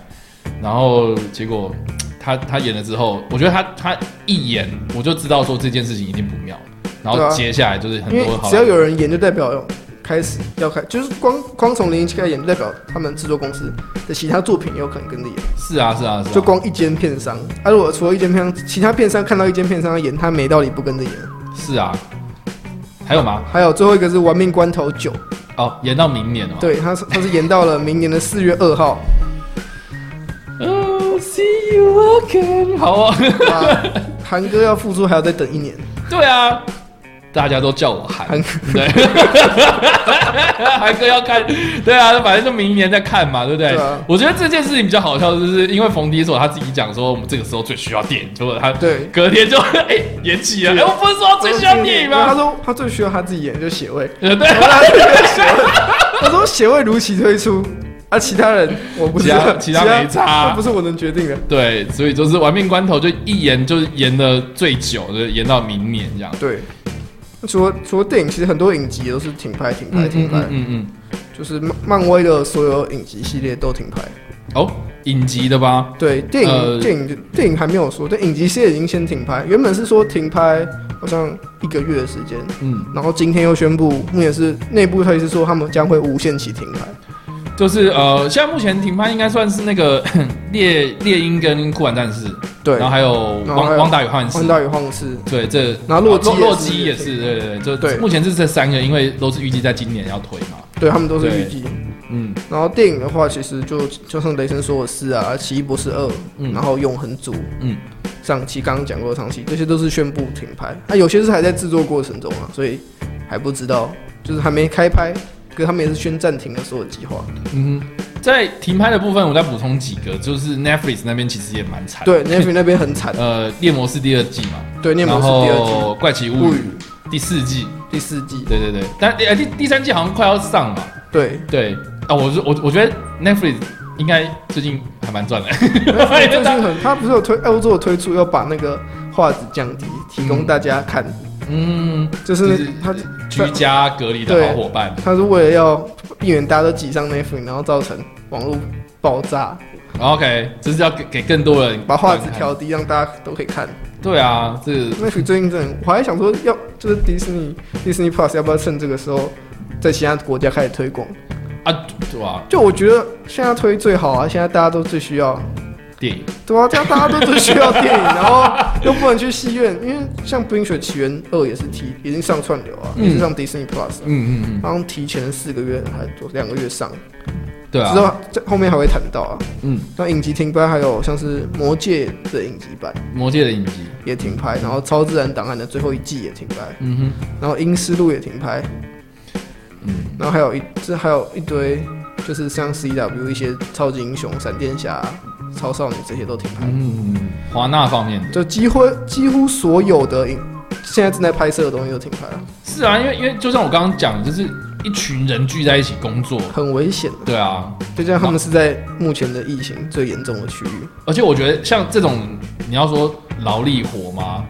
Speaker 1: 然后结果他他演了之后，我觉得他他一演我就知道说这件事情一定不妙，然
Speaker 2: 对
Speaker 1: 后
Speaker 2: 啊
Speaker 1: 接下来就是很
Speaker 2: 因为
Speaker 1: 多好
Speaker 2: 只要有人演，就代表开始要开，就是光光从零零七开始演，就代表他们制作公司的其他作品也有可能跟着演。
Speaker 1: 是啊，是啊，是啊。
Speaker 2: 就光一间片商，啊，如果除了一间片商，其他片商看到一间片商要演，他没道理不跟着演。
Speaker 1: 是啊，还有吗？
Speaker 2: 还有最后一个是《玩命关头九》，
Speaker 1: 哦，延到明年了嘛。
Speaker 2: 对，他是他是延到了明年的四月二号。
Speaker 1: Oh, see you again。好啊，
Speaker 2: 啊，韩哥要复出还要再等一年。
Speaker 1: 对啊，大家都叫我韩
Speaker 2: 韩，
Speaker 1: 对，韩哥要看，对啊，反正就明年再看嘛，对不对？
Speaker 2: 对啊
Speaker 1: 我觉得这件事情比较好笑，就是因为冯迪所他自己讲说，我们这个时候最需要电影，结果他
Speaker 2: 对
Speaker 1: 隔天就哎、延期了，哎、
Speaker 2: 对
Speaker 1: 我不是说最需要电影
Speaker 2: 他
Speaker 1: 吗？
Speaker 2: 说他最需要他自己演，就血位。
Speaker 1: 呃对，
Speaker 2: 他最需要血位。他说血位如期推出，啊，其他人我不知
Speaker 1: 其
Speaker 2: 道
Speaker 1: 他，其他没差
Speaker 2: 这不是我能决定的。
Speaker 1: 对，所以就是玩命关头就一延就是延的最久，就是延到明年这样。
Speaker 2: 对，那除了除了电影，其实很多影集都是停拍、停拍、
Speaker 1: 嗯
Speaker 2: 停
Speaker 1: 嗯
Speaker 2: 拍
Speaker 1: 嗯，嗯嗯，
Speaker 2: 就是漫漫威的所有影集系列都停拍。
Speaker 1: 哦，影集的吧？
Speaker 2: 对，电影、
Speaker 1: 呃
Speaker 2: 电影电影还没有说，但影集系列已经先停拍。原本是说停拍好像一个月的时间，
Speaker 1: 嗯，
Speaker 2: 然后今天又宣布，目前是内部消息是说他们将会无限期停拍。
Speaker 1: 就是呃，现在目前停拍应该算是那个 猎猎鹰跟酷玩战士，
Speaker 2: 对，
Speaker 1: 然后还有
Speaker 2: 然后还
Speaker 1: 汪
Speaker 2: 有
Speaker 1: 汪大与幻视
Speaker 2: 换，到与晃是，
Speaker 1: 对，这
Speaker 2: 然后洛基
Speaker 1: 洛
Speaker 2: 也是
Speaker 1: 洛基也是，对对对，就
Speaker 2: 对
Speaker 1: 目前是这三个，因为都是预计在今年要推嘛。
Speaker 2: 对他们都是
Speaker 1: 对
Speaker 2: 预计。
Speaker 1: 嗯，
Speaker 2: 然后电影的话，其实就就像雷神索尔斯啊、奇异博士二，
Speaker 1: 嗯
Speaker 2: 然后永恒族，
Speaker 1: 嗯，
Speaker 2: 上期刚刚讲过的长期，这些都是宣布停拍。那、有些是还在制作过程中啊，所以还不知道，就是还没开拍。可是他们也是宣暂停了所有计划。
Speaker 1: 嗯哼，在停拍的部分，我再补充几个，就是 Netflix 那边其实也蛮惨，，
Speaker 2: 对 n e t f 那边很惨。
Speaker 1: 呃，《猎魔士》第二季嘛，
Speaker 2: 对，念魔
Speaker 1: 然
Speaker 2: 是
Speaker 1: 后
Speaker 2: 第二
Speaker 1: 怪奇
Speaker 2: 季，
Speaker 1: 物
Speaker 2: 物
Speaker 1: 语
Speaker 2: 语》
Speaker 1: 第四季，
Speaker 2: 第四季。
Speaker 1: 对对对，但呃第第三季好像快要上了，
Speaker 2: 对，
Speaker 1: 对啊，我是我我觉得 Netflix 应该最近还蛮赚的，
Speaker 2: 最 近很，他不是有推哎欧洲有推出要把那个画质降低，提供大家看，
Speaker 1: 嗯，
Speaker 2: 就是他
Speaker 1: 居家隔离的
Speaker 2: 对
Speaker 1: 好伙伴
Speaker 2: 他是为了要避免大家都挤上 Netflix，然后造成网络爆炸，
Speaker 1: ，OK，就是要给给更多人
Speaker 2: 把画质
Speaker 1: 观看
Speaker 2: 调低，让大家都可以看。
Speaker 1: 对啊，这
Speaker 2: Netflix 最近真的，我还想说要就是迪士尼 Disney Plus 要不要趁这个时候在其他国家开始推广？
Speaker 1: 啊，对啊，
Speaker 2: 就我觉得现在推最好啊，现在大家都最需要。
Speaker 1: 电影，
Speaker 2: 对啊，这样大家都最需要电影，然 后又不能去戏院，因为像《冰雪奇缘二》也是提已经上串流啊，
Speaker 1: 嗯
Speaker 2: 也是上 Disney Plus，啊
Speaker 1: 嗯嗯
Speaker 2: 好像提前四个月还多两个月上，
Speaker 1: 嗯，对
Speaker 2: 之
Speaker 1: 啊，
Speaker 2: 后这后面还会谈到啊。
Speaker 1: 嗯，
Speaker 2: 那影集停拍，还有像是《魔戒》的影集版
Speaker 1: 魔界的影集，
Speaker 2: 也停拍，然后《超自然档案》的最后一季也停拍，
Speaker 1: 嗯
Speaker 2: 然后《阴尸路》也停拍，
Speaker 1: 哼，嗯，
Speaker 2: 然后还有一这还有一堆就是像 CW 一些超级英雄、闪电侠啊、超少女这些都停拍。
Speaker 1: 嗯，华纳方面的
Speaker 2: 就几乎几乎所有的影现在正在拍摄的东西都停拍了，
Speaker 1: 是啊，因为因为就像我刚刚讲，就是一群人聚在一起工作，
Speaker 2: 很危险的。
Speaker 1: 对啊，
Speaker 2: 就像他们是在目前的疫情最严重的区域，
Speaker 1: 而且我觉得像这种你要说劳力活吗？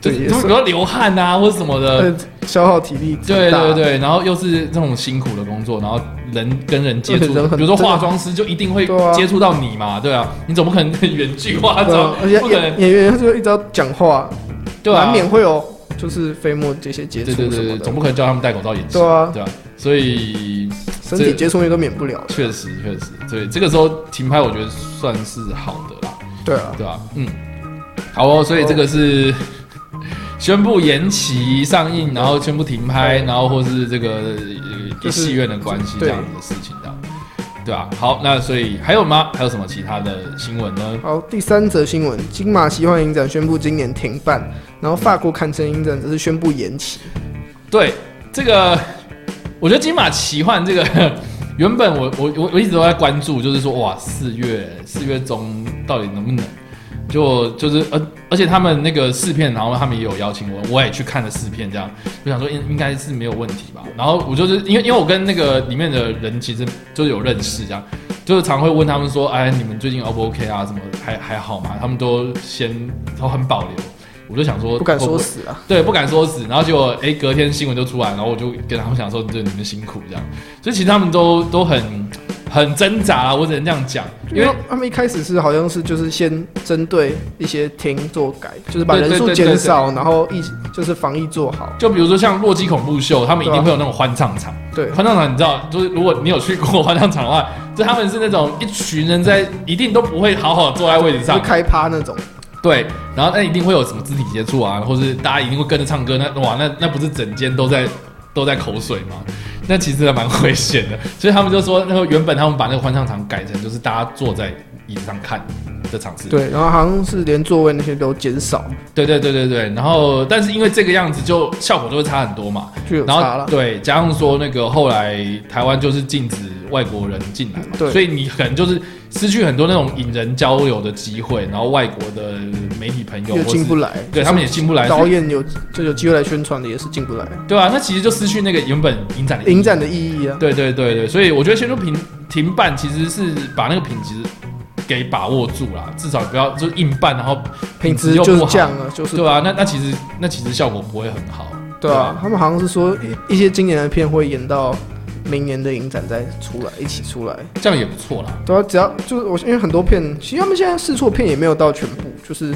Speaker 1: 就
Speaker 2: 对
Speaker 1: 是
Speaker 2: 也
Speaker 1: 就是比如说流汗啊或者什么的，
Speaker 2: 呃，消耗体力
Speaker 1: 对
Speaker 2: 很大啊
Speaker 1: 对对，然后又是这种辛苦的工作，然后人跟人接触
Speaker 2: 而且人，很啊
Speaker 1: 比如说化妆师就一定会
Speaker 2: 对啊
Speaker 1: 接触到你嘛，对啊，你总不可能远距化
Speaker 2: 对啊
Speaker 1: 妆，
Speaker 2: 而
Speaker 1: 不
Speaker 2: 且
Speaker 1: 可能
Speaker 2: 演演员就一直要讲话，
Speaker 1: 对啊，
Speaker 2: 难免会有就是飞沫这些接
Speaker 1: 对
Speaker 2: 触
Speaker 1: 对
Speaker 2: 什
Speaker 1: 对，
Speaker 2: 么
Speaker 1: 对总
Speaker 2: 的，
Speaker 1: 不可能叫他们戴口罩演戏，
Speaker 2: 对啊，
Speaker 1: 对啊，所以
Speaker 2: 身体接触也都免不了。
Speaker 1: 确实确实，所以这个时候停拍我觉得算是好的啦，
Speaker 2: 对啊，
Speaker 1: 对吧、嗯，好哦，所以这个是 宣布延期上映，然后宣布停拍，然后或是这个呃
Speaker 2: 就是
Speaker 1: 戏院的关系这
Speaker 2: 对
Speaker 1: 样子的事情的，对吧、好，那所以还有吗？还有什么其他的新闻呢？
Speaker 2: 好，第三则新闻，金马奇幻影展宣布今年停办，然后法国坎城影展则是宣布延期。
Speaker 1: 对，这个我觉得金马奇幻这个 原本我我我我一直都在关注，就是说哇，四月四月中到底能不能？就就是而而且他们那个试片，然后他们也有邀请我，我也去看了试片，这样我想说应应该是没有问题吧。然后我就是因为因为我跟那个里面的人其实就是有认识，这样就是常会问他们说，哎，你们最近 O 不 OK 啊？什么还还好吗？他们都先都很保留，我就想说
Speaker 2: 不敢
Speaker 1: 会
Speaker 2: 说
Speaker 1: 会
Speaker 2: 死啊，
Speaker 1: 对，不敢说死，然后结果哎、诶隔天新闻就出来，然后我就跟他们讲说，对你们辛苦这样，所以其实他们都都很很挣扎啊啦，我只能这样讲，因
Speaker 2: 因
Speaker 1: 为
Speaker 2: 为他们一开始是好像是就是先针对一些厅做改，就是把
Speaker 1: 对
Speaker 2: 人
Speaker 1: 对
Speaker 2: 数
Speaker 1: 对对对
Speaker 2: 减少，然后疫就是防疫做好。
Speaker 1: 就比如说像洛基恐怖秀，他们一定
Speaker 2: 对啊
Speaker 1: 会有那种欢唱场，
Speaker 2: 对，
Speaker 1: 欢唱场你知道，就是如果你有去过欢唱场的话，就他们是那种一群人在，一定都不会好好坐在位置
Speaker 2: 就
Speaker 1: 上，
Speaker 2: 开趴那种，
Speaker 1: 对，然后那一定会有什么肢体接触啊，或是大家一定会跟着唱歌，那哇，那那不是整间都在都在口水吗？那其实还蛮危险的， 所以他们就说，那个原本他们把那个欢唱场改成就是大家坐在椅子上看的场次，
Speaker 2: 对，然后好像是连座位那些都减少，
Speaker 1: 对对对对对，然后但是因为这个样子就效果就会差很多嘛，
Speaker 2: 就有
Speaker 1: 然
Speaker 2: 差
Speaker 1: 后
Speaker 2: 了。
Speaker 1: 对，加上说那个后来台湾就是禁止外国人进来嘛，
Speaker 2: 对
Speaker 1: 所以你可能就是失去很多那种引人交流的机会，然后外国的媒体朋友
Speaker 2: 又
Speaker 1: 或是
Speaker 2: 进不来，
Speaker 1: 对他们也进不来，
Speaker 2: 导演有就有机会来宣传的也是进不来，
Speaker 1: 对啊，那其实就失去那个原本影展的意义
Speaker 2: 影展的意义啊，
Speaker 1: 对对对对，所以我觉得先说停停办其实是把那个品质给把握住啦，至少不要就是硬办，然后
Speaker 2: 品质
Speaker 1: 又
Speaker 2: 就
Speaker 1: 不
Speaker 2: 是
Speaker 1: 好
Speaker 2: 这样啊，就是
Speaker 1: 对啊，那那其实那其实效果不会很好。
Speaker 2: 对啊，他们好像是说一一些今年的片会演到明年的影展再出来，一起出来。
Speaker 1: 这样也不错啦。
Speaker 2: 对啊，只要就是我，因为很多片，其实他们现在试错片也没有到全部，就是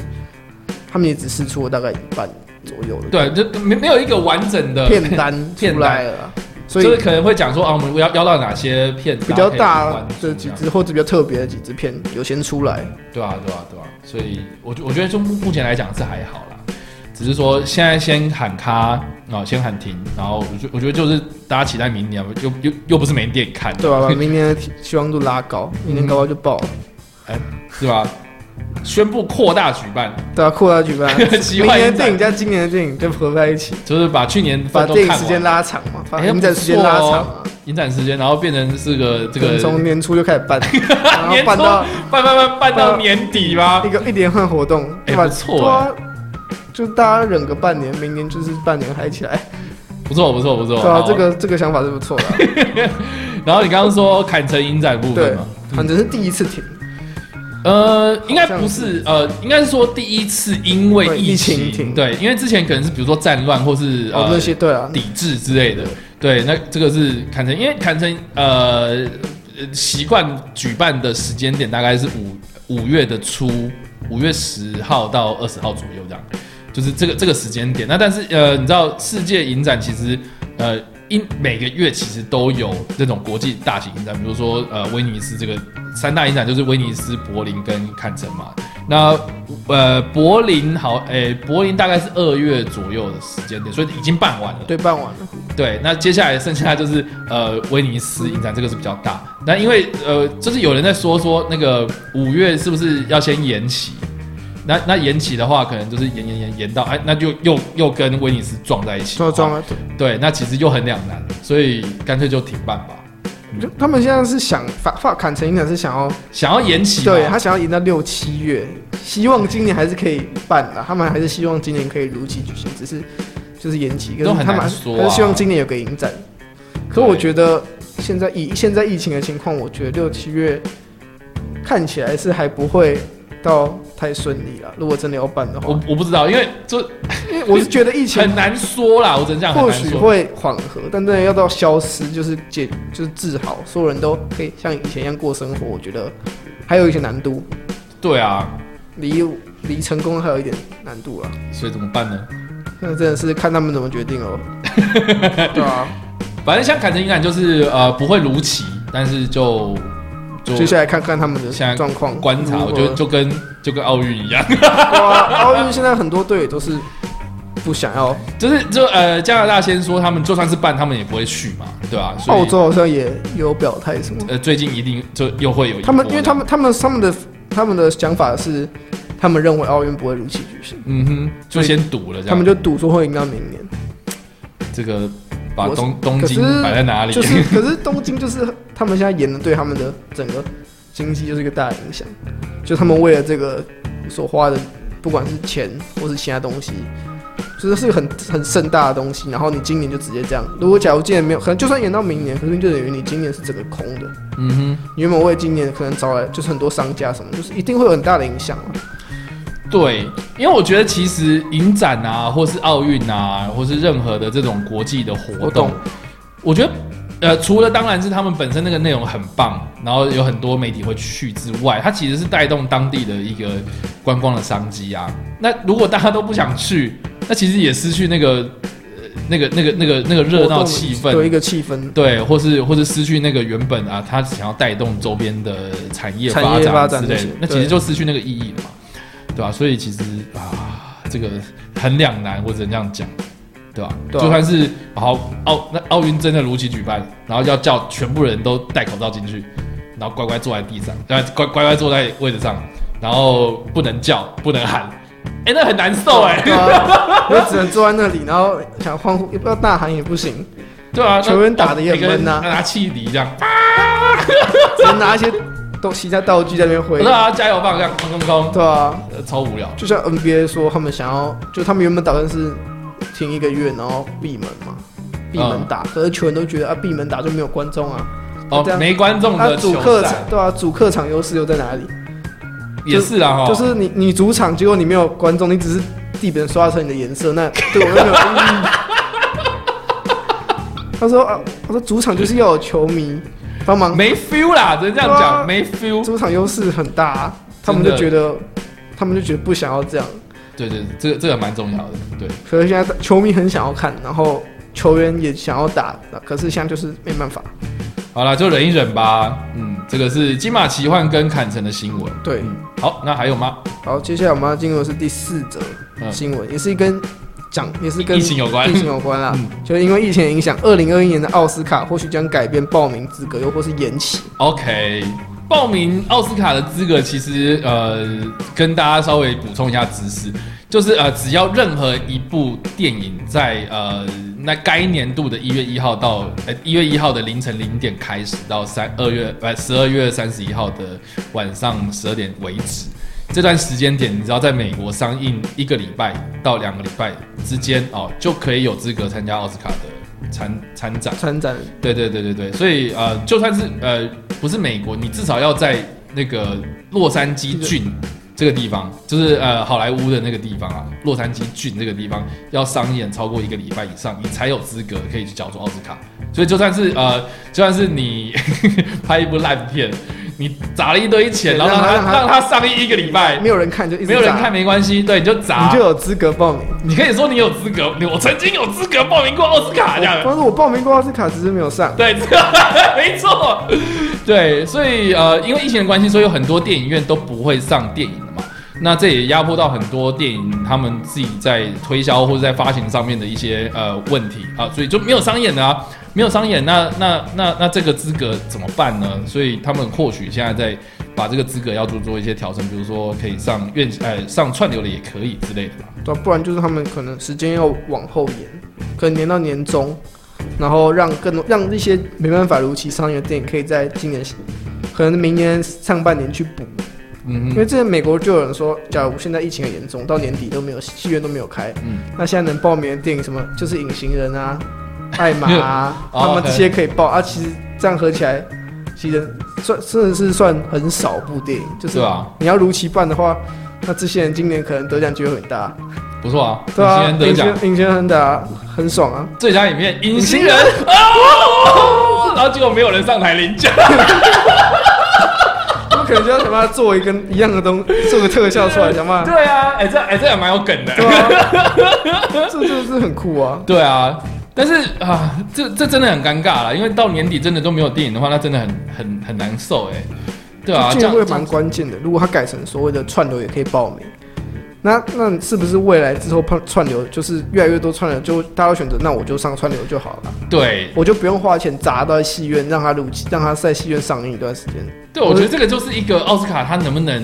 Speaker 2: 他们也只试出了大概一半左右的
Speaker 1: 对，就没没有一个完整的
Speaker 2: 片 单
Speaker 1: 片单
Speaker 2: 出来了啊，所
Speaker 1: 就是
Speaker 2: 以
Speaker 1: 可能会讲说啊，我们要要到哪些片
Speaker 2: 比较大
Speaker 1: 搭配
Speaker 2: 的
Speaker 1: 完
Speaker 2: 几
Speaker 1: 成这样
Speaker 2: 支或者比较特别的几支片有先出来，
Speaker 1: 对啊，对啊，对啊，所以我觉我觉得就目目前来讲是还好啦，只是说现在先喊咖啊、先喊停，然后我觉我觉得就是大家期待明年吧，又又又不是没电看，
Speaker 2: 对啊吧、把明年的希望度拉高，明
Speaker 1: 嗯
Speaker 2: 年高高就爆了，
Speaker 1: 是吧？宣布扩大举办，，
Speaker 2: 对啊，扩大举办明
Speaker 1: 奇幻
Speaker 2: 年
Speaker 1: 影展
Speaker 2: 的电影加今年的电影就合在一起，
Speaker 1: 就是把去年
Speaker 2: 把
Speaker 1: 份都
Speaker 2: 电影
Speaker 1: 看
Speaker 2: 时间
Speaker 1: 完，
Speaker 2: 拉长嘛，把
Speaker 1: 哎
Speaker 2: 影展时间
Speaker 1: 不错
Speaker 2: 拉
Speaker 1: 哦
Speaker 2: 长啊，
Speaker 1: 影展时间，然后变成是个这
Speaker 2: 可能
Speaker 1: 个
Speaker 2: 从年初就开始办，然后
Speaker 1: 年初
Speaker 2: 办到
Speaker 1: 办办办办到年底吗
Speaker 2: 一？个一连串活动，
Speaker 1: 哎
Speaker 2: 对吧？
Speaker 1: 不错
Speaker 2: 对啊，就大家忍个半年，明年就是半年嗨起 来，
Speaker 1: 不错不错不错，
Speaker 2: 对啊
Speaker 1: 好，
Speaker 2: 这个这个想法是不错的啊，
Speaker 1: 然后你刚刚说砍成影展部分
Speaker 2: 对
Speaker 1: 嘛，，
Speaker 2: 反正是第一次停，
Speaker 1: 呃，应该
Speaker 2: 好像
Speaker 1: 不是，呃，应该是说第一次因为
Speaker 2: 对
Speaker 1: 疫
Speaker 2: 疫情
Speaker 1: 情，
Speaker 2: 停
Speaker 1: 对，因为之前可能是比如说战乱或是
Speaker 2: 哦
Speaker 1: 呃
Speaker 2: 那些对啊，
Speaker 1: 抵制之类的，对，那这个是坎城，因为坎城呃呃习惯举办的时间点大概是五五月的初，五月十号到二十号左右这样，就是这个这个时间点。那但是呃，你知道世界影展其实呃。因每个月其实都有这种国际大型影展，比如说呃威尼斯这个三大影展就是威尼斯、柏林跟坎城嘛。那呃柏林好，诶、柏林大概是二月左右的时间点，所以已经办完了。
Speaker 2: 对，办完了，
Speaker 1: 对，那接下来剩下就是呃威尼斯影展，这个是比较大。那因为呃，就是有人在说说那个五月是不是要先延期？那那延期的话，可能就是延延延延到哎，那就又又跟威尼斯撞在一起。
Speaker 2: 装啊装了，
Speaker 1: 啊对，那其实又很两难，所以干脆就停办吧。
Speaker 2: 就他们现在是想法法砍成影展是想要，
Speaker 1: 想要延期嘛，
Speaker 2: 对他想要赢到六七月，希望今年还是可以办的，他们还是希望今年可以如期举行，只是就是延期，可
Speaker 1: 都
Speaker 2: 是
Speaker 1: 很
Speaker 2: 他们
Speaker 1: 难
Speaker 2: 还
Speaker 1: 说啊
Speaker 2: 还是希望今年有个影展。可我觉得现在疫现在疫情的情况，我觉得六七月看起来是还不会到太顺利了。如果真的要办的话
Speaker 1: 我，我不知道，因为就
Speaker 2: 因为我是觉得疫情
Speaker 1: 很难说啦，我只能讲很
Speaker 2: 或
Speaker 1: 难
Speaker 2: 许
Speaker 1: 说。
Speaker 2: 会缓和，但真的要到消失，就是解就是治好，所有人都可以像以前一样过生活，我觉得还有一些难度，
Speaker 1: 对啊，
Speaker 2: 离离成功还有一点难度了。
Speaker 1: 所以怎么办呢？
Speaker 2: 那真的是看他们怎么决定 哦。对啊，
Speaker 1: 反正像坎城影展就是呃不会如期，但是就就
Speaker 2: 接下来看看他们
Speaker 1: 现在
Speaker 2: 的状况
Speaker 1: 观察，我觉
Speaker 2: 如
Speaker 1: 得
Speaker 2: 何
Speaker 1: 就跟就跟奥运一样，
Speaker 2: 哇，奥运现在很多队都是不想要，
Speaker 1: 就是就呃加拿大先说他们就算是办，他们也不会去嘛，对吧、所以
Speaker 2: 澳洲好像也有表态什么，
Speaker 1: 呃最近一定就又会有一
Speaker 2: 他们
Speaker 1: 波
Speaker 2: 因为他们他们他们的他们的想法是，他们认为奥运不会如期举行，
Speaker 1: 嗯哼就先赌了这样，
Speaker 2: 他们就赌说会赢到明年，
Speaker 1: 这个把
Speaker 2: 我
Speaker 1: 东东京
Speaker 2: 可是
Speaker 1: 摆在哪里？
Speaker 2: 就是可是东京就是他们现在演的对他们的整个经济就是一个大的影响，就他们为了这个所花的不管是钱或是其他东西。就是是个很很盛大的东西，然后你今年就直接这样。如果假如今年没有，可能就算演到明年，可是就等于你今年是整个空的。
Speaker 1: 嗯
Speaker 2: 原本为今年可能招来就是很多商家什么，就是一定会有很大的影响啊。
Speaker 1: 哼，对，因为我觉得其实影展啊，或是奥运啊，或是任何的这种国际的活
Speaker 2: 活
Speaker 1: 动
Speaker 2: 动，
Speaker 1: 我觉得，呃，除了当然是他们本身那个内容很棒，然后有很多媒体会去之外，它其实是带动当地的一个观光的商机啊。那如果大家都不想去，那其实也失去那个呃那个那个那个那个热闹气氛，啊
Speaker 2: 有一个气氛，
Speaker 1: 对，或是或是失去那个原本啊，他想要带动周边的产业
Speaker 2: 产
Speaker 1: 发
Speaker 2: 业发
Speaker 1: 展
Speaker 2: 展
Speaker 1: 之类
Speaker 2: 这
Speaker 1: 的
Speaker 2: 些，
Speaker 1: 那其
Speaker 2: 对
Speaker 1: 实就失去那个意义了嘛，对吧、所以其实啊，这个很两难，我只能这样讲，对吧、
Speaker 2: 对啊
Speaker 1: 就算是好奥那奥运真的如期举办，然后要叫全部人都戴口罩进去，然后乖乖坐在地上，然后乖乖乖坐在位置上，然后不能叫，不能喊，哎、那很难受哎、
Speaker 2: 对啊，我只能坐在那里，然后想欢呼，也不知道大喊也不行，
Speaker 1: 对啊，那
Speaker 2: 球员打得也很
Speaker 1: 每个人
Speaker 2: 闷啊
Speaker 1: 拿气笛这样。
Speaker 2: 只能拿一些东西在道具在那边挥
Speaker 1: 不是，啊，加油棒这样空空空，
Speaker 2: 对啊，
Speaker 1: 呃超无聊。
Speaker 2: 就像 NBA 说他们想要，就他们原本打算是停一个月，然后闭门嘛，闭门
Speaker 1: 嗯
Speaker 2: 打，可是球员都觉得啊闭门打就没有观众啊，
Speaker 1: 哦
Speaker 2: 这，样
Speaker 1: 没观众
Speaker 2: 啊
Speaker 1: 的
Speaker 2: 主
Speaker 1: 球
Speaker 2: 客场
Speaker 1: 赛
Speaker 2: 对啊主客场优势又在哪里？
Speaker 1: 也是啦哈，
Speaker 2: 就是你你主场，结果你没有观众，你只是地板刷成你的颜色，那 对我又没有意义。他说啊，我说主场就是要有球迷帮 忙，
Speaker 1: 没 feel 啦，只能这样
Speaker 2: 对啊
Speaker 1: 讲，没 feel。
Speaker 2: 主场优势很大啊、他们
Speaker 1: 真
Speaker 2: 就
Speaker 1: 的
Speaker 2: 觉得他们就觉得不想要这样，
Speaker 1: 对对，对这个这个蛮重要的，对
Speaker 2: 可是现在球迷很想要看，然后球员也想要打，可是现在就是没办法。
Speaker 1: 好啦，就忍一忍吧。嗯，这个是金马奇幻跟坎城的新闻。
Speaker 2: 对，
Speaker 1: 嗯，好，那还有吗？
Speaker 2: 好，接下来我们要进入的是第四则
Speaker 1: 嗯
Speaker 2: 新闻，也是跟讲也是跟
Speaker 1: 疫情有关
Speaker 2: 疫。情有关啦，
Speaker 1: 嗯
Speaker 2: 就是因为疫情的影响，二零二一年的奥斯卡或许将改变报名资格，又或是延期。
Speaker 1: OK，报名奥斯卡的资格其实呃，跟大家稍微补充一下知识，就是呃，只要任何一部电影在呃那该年度的一月一号到呃一月一号的凌晨零点开始到三二月呃十二月三十一号的晚上十二点为止。这段时间点，你只要在美国上映一个礼拜到两个礼拜之间哦，就可以有资格参加奥斯卡的参参展。
Speaker 2: 参展
Speaker 1: 对对对对对，所以呃，就算是呃不是美国，你至少要在那个洛杉矶郡这个地方，就是呃好莱坞的那个地方啊，洛杉矶郡这个地方要上演超过一个礼拜以上，你才有资格可以去角逐奥斯卡。所以就算是呃，就算是你 拍一部烂片，你砸了一堆钱，
Speaker 2: 对
Speaker 1: 然后让
Speaker 2: 让
Speaker 1: 它
Speaker 2: 它
Speaker 1: 让它上映一个礼拜，
Speaker 2: 没有人看就一直
Speaker 1: 没有人
Speaker 2: 打
Speaker 1: 看，没关系，对，你就砸，
Speaker 2: 你
Speaker 1: 你
Speaker 2: 就有资格报名。
Speaker 1: 可以说你有资格，你我曾经有资格报名过奥斯啊卡这样。
Speaker 2: 但是我报名过奥斯卡，只是没有上。
Speaker 1: 对，这个没错，对，所以呃，因为疫情的关系，所以有很多电影院都不会上电影了嘛。那这也压迫到很多电影他们自己在推销或者在发行上面的一些呃问题啊，所以就没有商演的啊，没有商演，那那那那这个资格怎么办呢？所以他们或许现在在把这个资格要做做一些调整，比如说可以上院呃上串流的也可以之类的吧。
Speaker 2: 对，啊不然就是他们可能时间要往后延，可能延到年中，然后让更多让一些没办法如期上映的电影可以在今年，可能明年上半年去补。
Speaker 1: 嗯
Speaker 2: 因
Speaker 1: 哼，
Speaker 2: 为之前美国就有人说，假如现在疫情很严重，到年底都没有戏院都没有开，
Speaker 1: 嗯，
Speaker 2: 那现在能报名的电影什么就是《隐形人》啊、《艾玛》啊
Speaker 1: 哦
Speaker 2: 他们
Speaker 1: OK
Speaker 2: 这些可以报啊。其实这样合起来，其实算甚至是算很少部电影，就是
Speaker 1: 对啊
Speaker 2: 你要如期办的话，那这些人今年可能得奖机会很大，
Speaker 1: 不错啊，
Speaker 2: 对
Speaker 1: 你
Speaker 2: 啊，
Speaker 1: 今天得奖。
Speaker 2: 隐形人的啊，很爽啊！
Speaker 1: 最佳影片《隐形人》哦，然后结果没有人上台领奖，
Speaker 2: 他们可能就要想办法做一个一样的东，做个特效出来，想办法，
Speaker 1: 对啊，哎、这哎、这也蛮有梗的。
Speaker 2: 对啊，这就是很酷啊！
Speaker 1: 对啊，但是啊，这这真的很尴尬啦，因为到年底真的都没有电影的话，那真的很很很难受哎、对啊，
Speaker 2: 这
Speaker 1: 这
Speaker 2: 个
Speaker 1: 样
Speaker 2: 会蛮关键的。如果它改成所谓的串流也可以报名，那那你是不是未来之后串串流就是越来越多串流，就大家会选择那我就上串流就好了，
Speaker 1: 对
Speaker 2: 我就不用花钱砸到戏院，让它入让它在戏院上映一段时间。
Speaker 1: 对，我觉得这个就是一个奥斯卡，它能不能，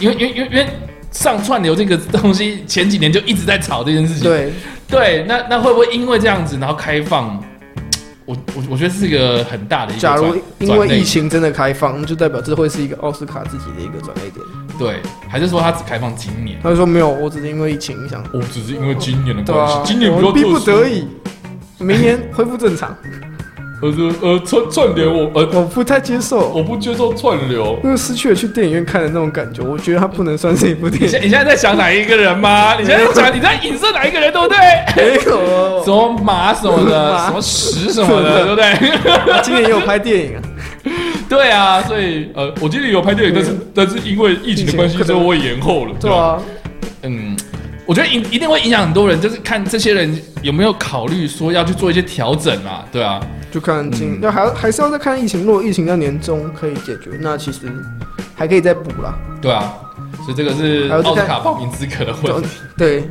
Speaker 1: 因为因为因为因为上串流这个东西前几年就一直在吵这件事情，
Speaker 2: 对，
Speaker 1: 对，那那会不会因为这样子然后开放？我我我觉得是一个很大的一个
Speaker 2: 假如
Speaker 1: 转
Speaker 2: 因为疫情真的开放，就代表这会是一个奥斯卡自己的一个转捩点。
Speaker 1: 对，还是说它只开放今年？
Speaker 2: 他就说没有，我只是因为疫情影响，
Speaker 1: 我哦只是因为今年的
Speaker 2: 对
Speaker 1: 关系，
Speaker 2: 啊，
Speaker 1: 今年比
Speaker 2: 我
Speaker 1: 较
Speaker 2: 们逼
Speaker 1: 特
Speaker 2: 不
Speaker 1: 殊
Speaker 2: 得。已，明年恢复正常，
Speaker 1: 我是呃串串流，我呃
Speaker 2: 我不太接受。
Speaker 1: 我不接受串流。
Speaker 2: 因为失去了去电影院看的那种感觉，我觉得它不能算是一部电
Speaker 1: 你
Speaker 2: 影。
Speaker 1: 现你现在在想哪一个人吗？你现在在想你在影射哪一个人，对不对？
Speaker 2: 没有
Speaker 1: 什，么马什么 的，
Speaker 2: 马
Speaker 1: 什么石什么 的，对不对？
Speaker 2: 今年也有拍电影啊，
Speaker 1: 对啊，所以呃，我今年有拍电影，但是但是因为疫情的关系，
Speaker 2: 疫情啊
Speaker 1: 所以我也延后了。
Speaker 2: 对，啊，
Speaker 1: 嗯，我觉得影一定会影响很多人，就是看这些人有没有考虑说要去做一些调整嘛，对啊，
Speaker 2: 就看今，那、还还是要再看疫情。如果疫情到年中可以解决，那其实还可以再补啦。
Speaker 1: 对啊，所以这个是
Speaker 2: 还有这
Speaker 1: 奥
Speaker 2: 个
Speaker 1: 斯卡报名资格的问题。
Speaker 2: 对，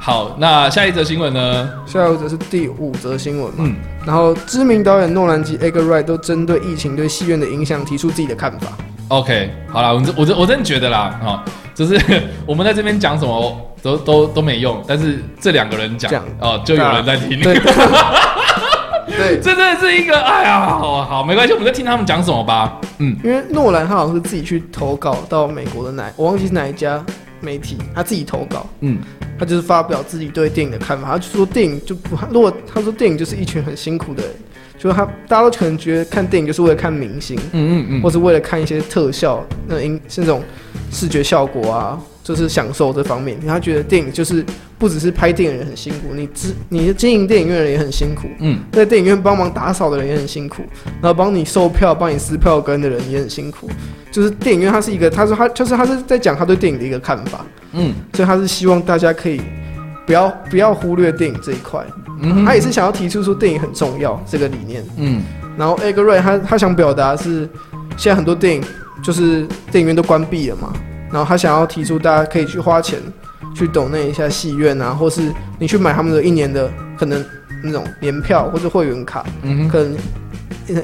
Speaker 1: 好，那下一则新闻呢？
Speaker 2: 下午则是第五则新闻嘛。
Speaker 1: 嗯，
Speaker 2: 然后知名导演诺兰及 Edgar Wright 都针对疫情对戏院的影响提出自己的看法。
Speaker 1: OK，好啦，我真我真我真的觉得啦，啊、就是我们在这边讲什么都都都没用，但是这两个人讲
Speaker 2: 讲
Speaker 1: 哦，就有人在听，
Speaker 2: 对，对，
Speaker 1: 这真的是一个哎呀，好好没关系，我们就听他们讲什么吧。嗯，
Speaker 2: 因为诺兰他好像是自己去投稿到美国的哪，我忘记是哪一家媒体，他自己投稿，
Speaker 1: 嗯，
Speaker 2: 他就是发表自己对电影的看法，他就说电影就不，如果他说电影就是一群很辛苦的人，就是他大家都可能觉得看电影就是为了看明星，
Speaker 1: 嗯嗯
Speaker 2: 或是为了看一些特效，那音是那种视觉效果啊，就是享受这方面。他觉得电影就是不只是拍电影人很辛苦，你知你经营电影院的人也很辛苦，
Speaker 1: 嗯
Speaker 2: 在电影院帮忙打扫的人也很辛苦，然后帮你售票、帮你撕票根的人也很辛苦。就是电影院，它是一个，他说他就是他是在讲他对电影的一个看法，
Speaker 1: 嗯
Speaker 2: 所以他是希望大家可以不要不要忽略电影这一块。
Speaker 1: 嗯
Speaker 2: 他也是想要提出说电影很重要这个理念。
Speaker 1: 嗯
Speaker 2: 然后 Edgar Wright 他他想表达是，现在很多电影就是电影院都关闭了嘛，然后他想要提出大家可以去花钱去抖那一下戏院啊，或是你去买他们的一年的可能那种年票或者会员卡，
Speaker 1: 嗯哼，
Speaker 2: 可能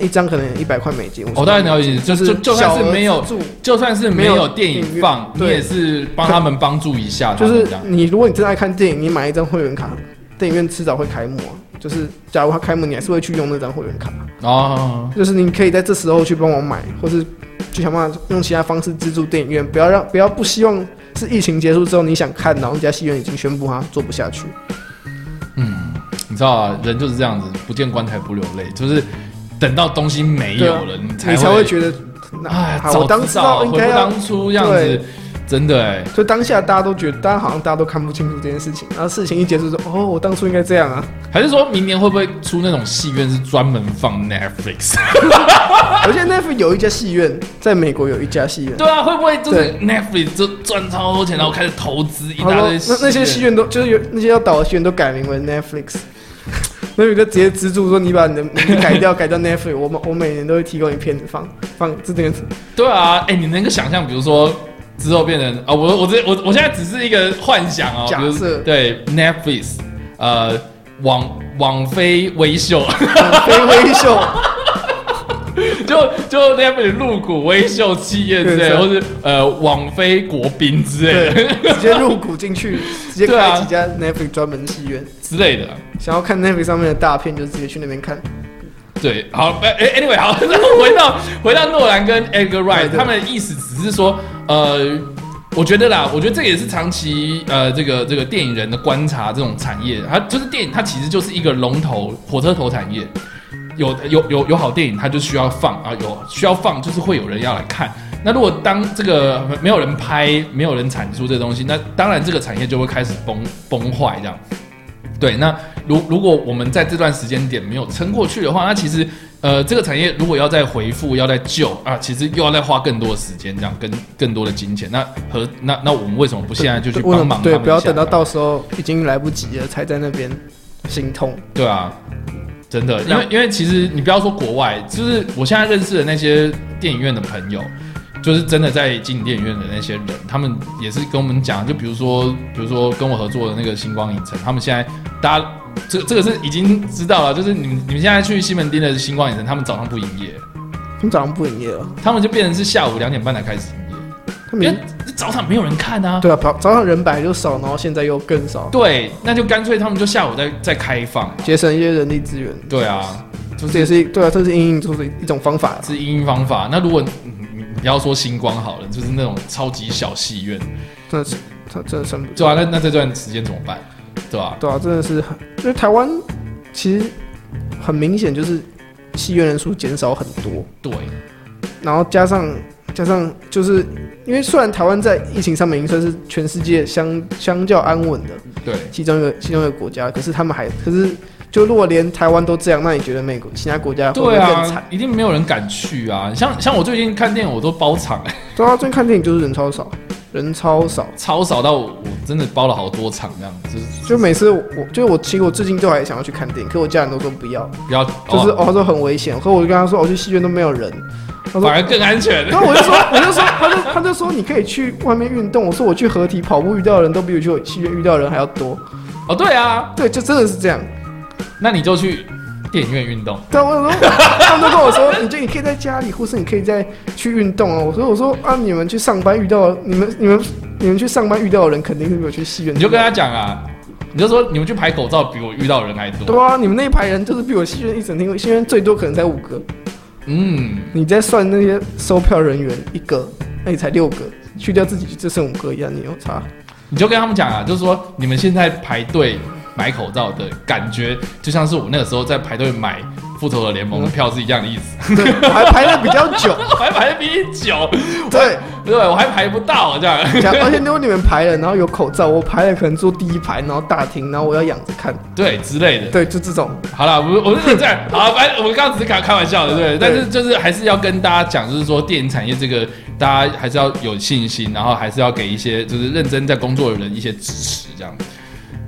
Speaker 2: 一一张可能一百块美金。
Speaker 1: 我大概了解，哦就
Speaker 2: 就是
Speaker 1: 就就算
Speaker 2: 小
Speaker 1: 是
Speaker 2: 额
Speaker 1: 没有啊
Speaker 2: 资，助，
Speaker 1: 就算是没
Speaker 2: 没
Speaker 1: 有
Speaker 2: 有
Speaker 1: 电
Speaker 2: 电影
Speaker 1: 影
Speaker 2: 院
Speaker 1: 放，你
Speaker 2: 对
Speaker 1: 也是帮他们帮助一下他
Speaker 2: 就
Speaker 1: 们
Speaker 2: 是
Speaker 1: 这样，
Speaker 2: 你如果你真的爱看电影，你买一张会员卡，电影院迟早会开幕啊、就是假如他开幕，你还是会去用那张会员卡。
Speaker 1: 哦，
Speaker 2: 就是你可以在这时候去帮我买，或是就想办法用其他方式资助电影院，不要让不要不希望是疫情结束之后你想看，然后那家戏院已经宣布它做不下去。
Speaker 1: 你知道啊，人就是这样子，不见棺材不流泪，就是等到东西没有了，啊你才
Speaker 2: 你才会觉得，
Speaker 1: 哎，
Speaker 2: 那
Speaker 1: 早
Speaker 2: 好我当
Speaker 1: 知
Speaker 2: 时
Speaker 1: 道
Speaker 2: 道应
Speaker 1: 回不
Speaker 2: 该要，
Speaker 1: 当初这样子
Speaker 2: 对，
Speaker 1: 真的哎、
Speaker 2: 就当下大家都觉得，大家好像大家都看不清楚这件事情，然后事情一结束说，哦，我当初应该这样啊，
Speaker 1: 还是说明年会不会出那种戏院是专门放 Netflix？
Speaker 2: 而且那 e 有一家戏院，在美国有一家戏院，
Speaker 1: 对啊，会不会就是
Speaker 2: 对
Speaker 1: Netflix 就赚超多钱，然后开始投资一
Speaker 2: 然后
Speaker 1: 大
Speaker 2: 那
Speaker 1: 堆
Speaker 2: 那些戏院都就是有那些要倒的戏院都改名为 Netflix，那有一个直接资助说你把你的名字改掉，改叫 Netflix，我们我每年都会提供一片子放放这点子，
Speaker 1: 对啊，哎、你能够想象，比如说之后变成啊、我我这我我现在只是一个幻想哦，
Speaker 2: 假
Speaker 1: 比如
Speaker 2: 设
Speaker 1: 对 Netflix，呃，网网飞微秀，
Speaker 2: 非微秀，
Speaker 1: 就就 Netflix 入股微秀企业之类，
Speaker 2: 对啊
Speaker 1: 或是呃网飞国宾之类的
Speaker 2: 对，直接入股进去，直接
Speaker 1: 对啊
Speaker 2: 开几家 Netflix 专门戏院，
Speaker 1: 之类的。
Speaker 2: 想要看 Netflix 上面的大片就直接去那边看，
Speaker 1: 对，好，哎、a n y w a y 好， 然后回到回到诺兰跟 Edgar Wright，
Speaker 2: 对对
Speaker 1: 他们的意思只是说，呃，我觉得啦，我觉得这也是长期呃，这个这个电影人的观察，这种产业，它就是电影，它其实就是一个龙头火车头产业，有有有有好电影，它就需要放啊，有需要放，就是会有人要来看。那如果当这个没有人拍，没有人产出这东西，那当然这个产业就会开始崩崩坏这样。对，那如如果我们在这段时间点没有撑过去的话，那其实呃这个产业如果要再回复、要再救啊，其实又要再花更多的时间，这样跟更多的金钱。那和那那我们为什么不现在就去
Speaker 2: 为什
Speaker 1: 帮忙他
Speaker 2: 么对，
Speaker 1: 们
Speaker 2: 不要
Speaker 1: 一下
Speaker 2: 等到
Speaker 1: 呢
Speaker 2: 到时候已经来不及了才在那边心痛，
Speaker 1: 对啊，真的，因
Speaker 2: 那
Speaker 1: 为因为其实你不要说国外，就是我现在认识的那些电影院的朋友，就是真的在经营电影院的那些人，他们也是跟我们讲，就比如说，比如说跟我合作的那个星光影城，他们现在大家这个这个是已经知道了，就是你们你们现在去西门町的星光影城，他们早上不营业，
Speaker 2: 他们早上不营业了，
Speaker 1: 他们就变成是下午两点半才开始营业，
Speaker 2: 他们已
Speaker 1: 因
Speaker 2: 经
Speaker 1: 为早场没有人看啊。
Speaker 2: 嗯对啊，早早上人本来就少，然后现在又更少，
Speaker 1: 对，那就干脆他们就下午再再开放。
Speaker 2: 节省一些人力资源。
Speaker 1: 对啊，就
Speaker 2: 这也是对啊，这是应应出的一种方法。
Speaker 1: 是音方法。那如果你你你不要说星光好了，就是那种超级小戏院，
Speaker 2: 那是他真的撑不住，
Speaker 1: 对啊，那那这段时间怎么办？对吧、
Speaker 2: 对啊，真的是很，因为台湾其实很明显就是戏院人数减少很多，
Speaker 1: 对，
Speaker 2: 然后加上加上就是因为虽然台湾在疫情上面已经算是全世界相相较安稳的
Speaker 1: 对，
Speaker 2: 其中一个其中一个国家，可是他们还可是就如果连台湾都这样，那你觉得美国其他国家会不
Speaker 1: 对
Speaker 2: 会更
Speaker 1: 啊
Speaker 2: 惨？，
Speaker 1: 一定没有人敢去啊。像像我最近看电影，我都包场、
Speaker 2: 对啊，最近看电影就是人超少，人超少。
Speaker 1: 超少到我我真的包了好多场这样，就是
Speaker 2: 就每次我就我其实我最近都还想要去看电影，可我家人都说不要，
Speaker 1: 不要，
Speaker 2: 就是
Speaker 1: 哦
Speaker 2: 哦他说很危险，可我就跟他说我哦去戏院都没有 人，他说
Speaker 1: 反而更安全。
Speaker 2: 然后哦我就说，我就说，他就他就说你可以去外面运动。我说我去合体跑步遇到的人都比我去戏院遇到的人还要多。
Speaker 1: 哦，对啊，
Speaker 2: 对，就真的是这样。
Speaker 1: 那你就去电影院运动。
Speaker 2: 但我想说，他们都跟我说，你就你可以在家里，或是你可以在去运动啊。我说我说啊，你们去上班遇到你们你们你们去上班遇到的人肯定是比我去戏院。
Speaker 1: 你就跟他讲啊，你就说你们去排口罩比我遇到的人还多。
Speaker 2: 对啊，你们那一排人就是比我戏院一整天，戏院最多可能才五个。
Speaker 1: 嗯，
Speaker 2: 你在算那些售票人员一个，那你才六个，去掉自己就剩五个一样，你有差。
Speaker 1: 你就跟他们讲啊，就是说你们现在排队买口罩的感觉，就像是我那个时候在排队买复仇者联盟的票是一样的意思。
Speaker 2: 对，我还排了比较久。
Speaker 1: 我还排得比你久，
Speaker 2: 对。
Speaker 1: 对，我还排不到这样。
Speaker 2: 假而且如果你们排了，然后有口罩，我排了可能坐第一排，然后大厅，然后我要仰着看，
Speaker 1: 对之类的。
Speaker 2: 对，就这种，
Speaker 1: 好啦，我我是这样，好啦，反正我们刚刚只是开开玩笑的，对。但是就是还是要跟大家讲，就是说电影产业这个，大家还是要有信心，然后还是要给一些就是认真在工作的人一些支持，这样。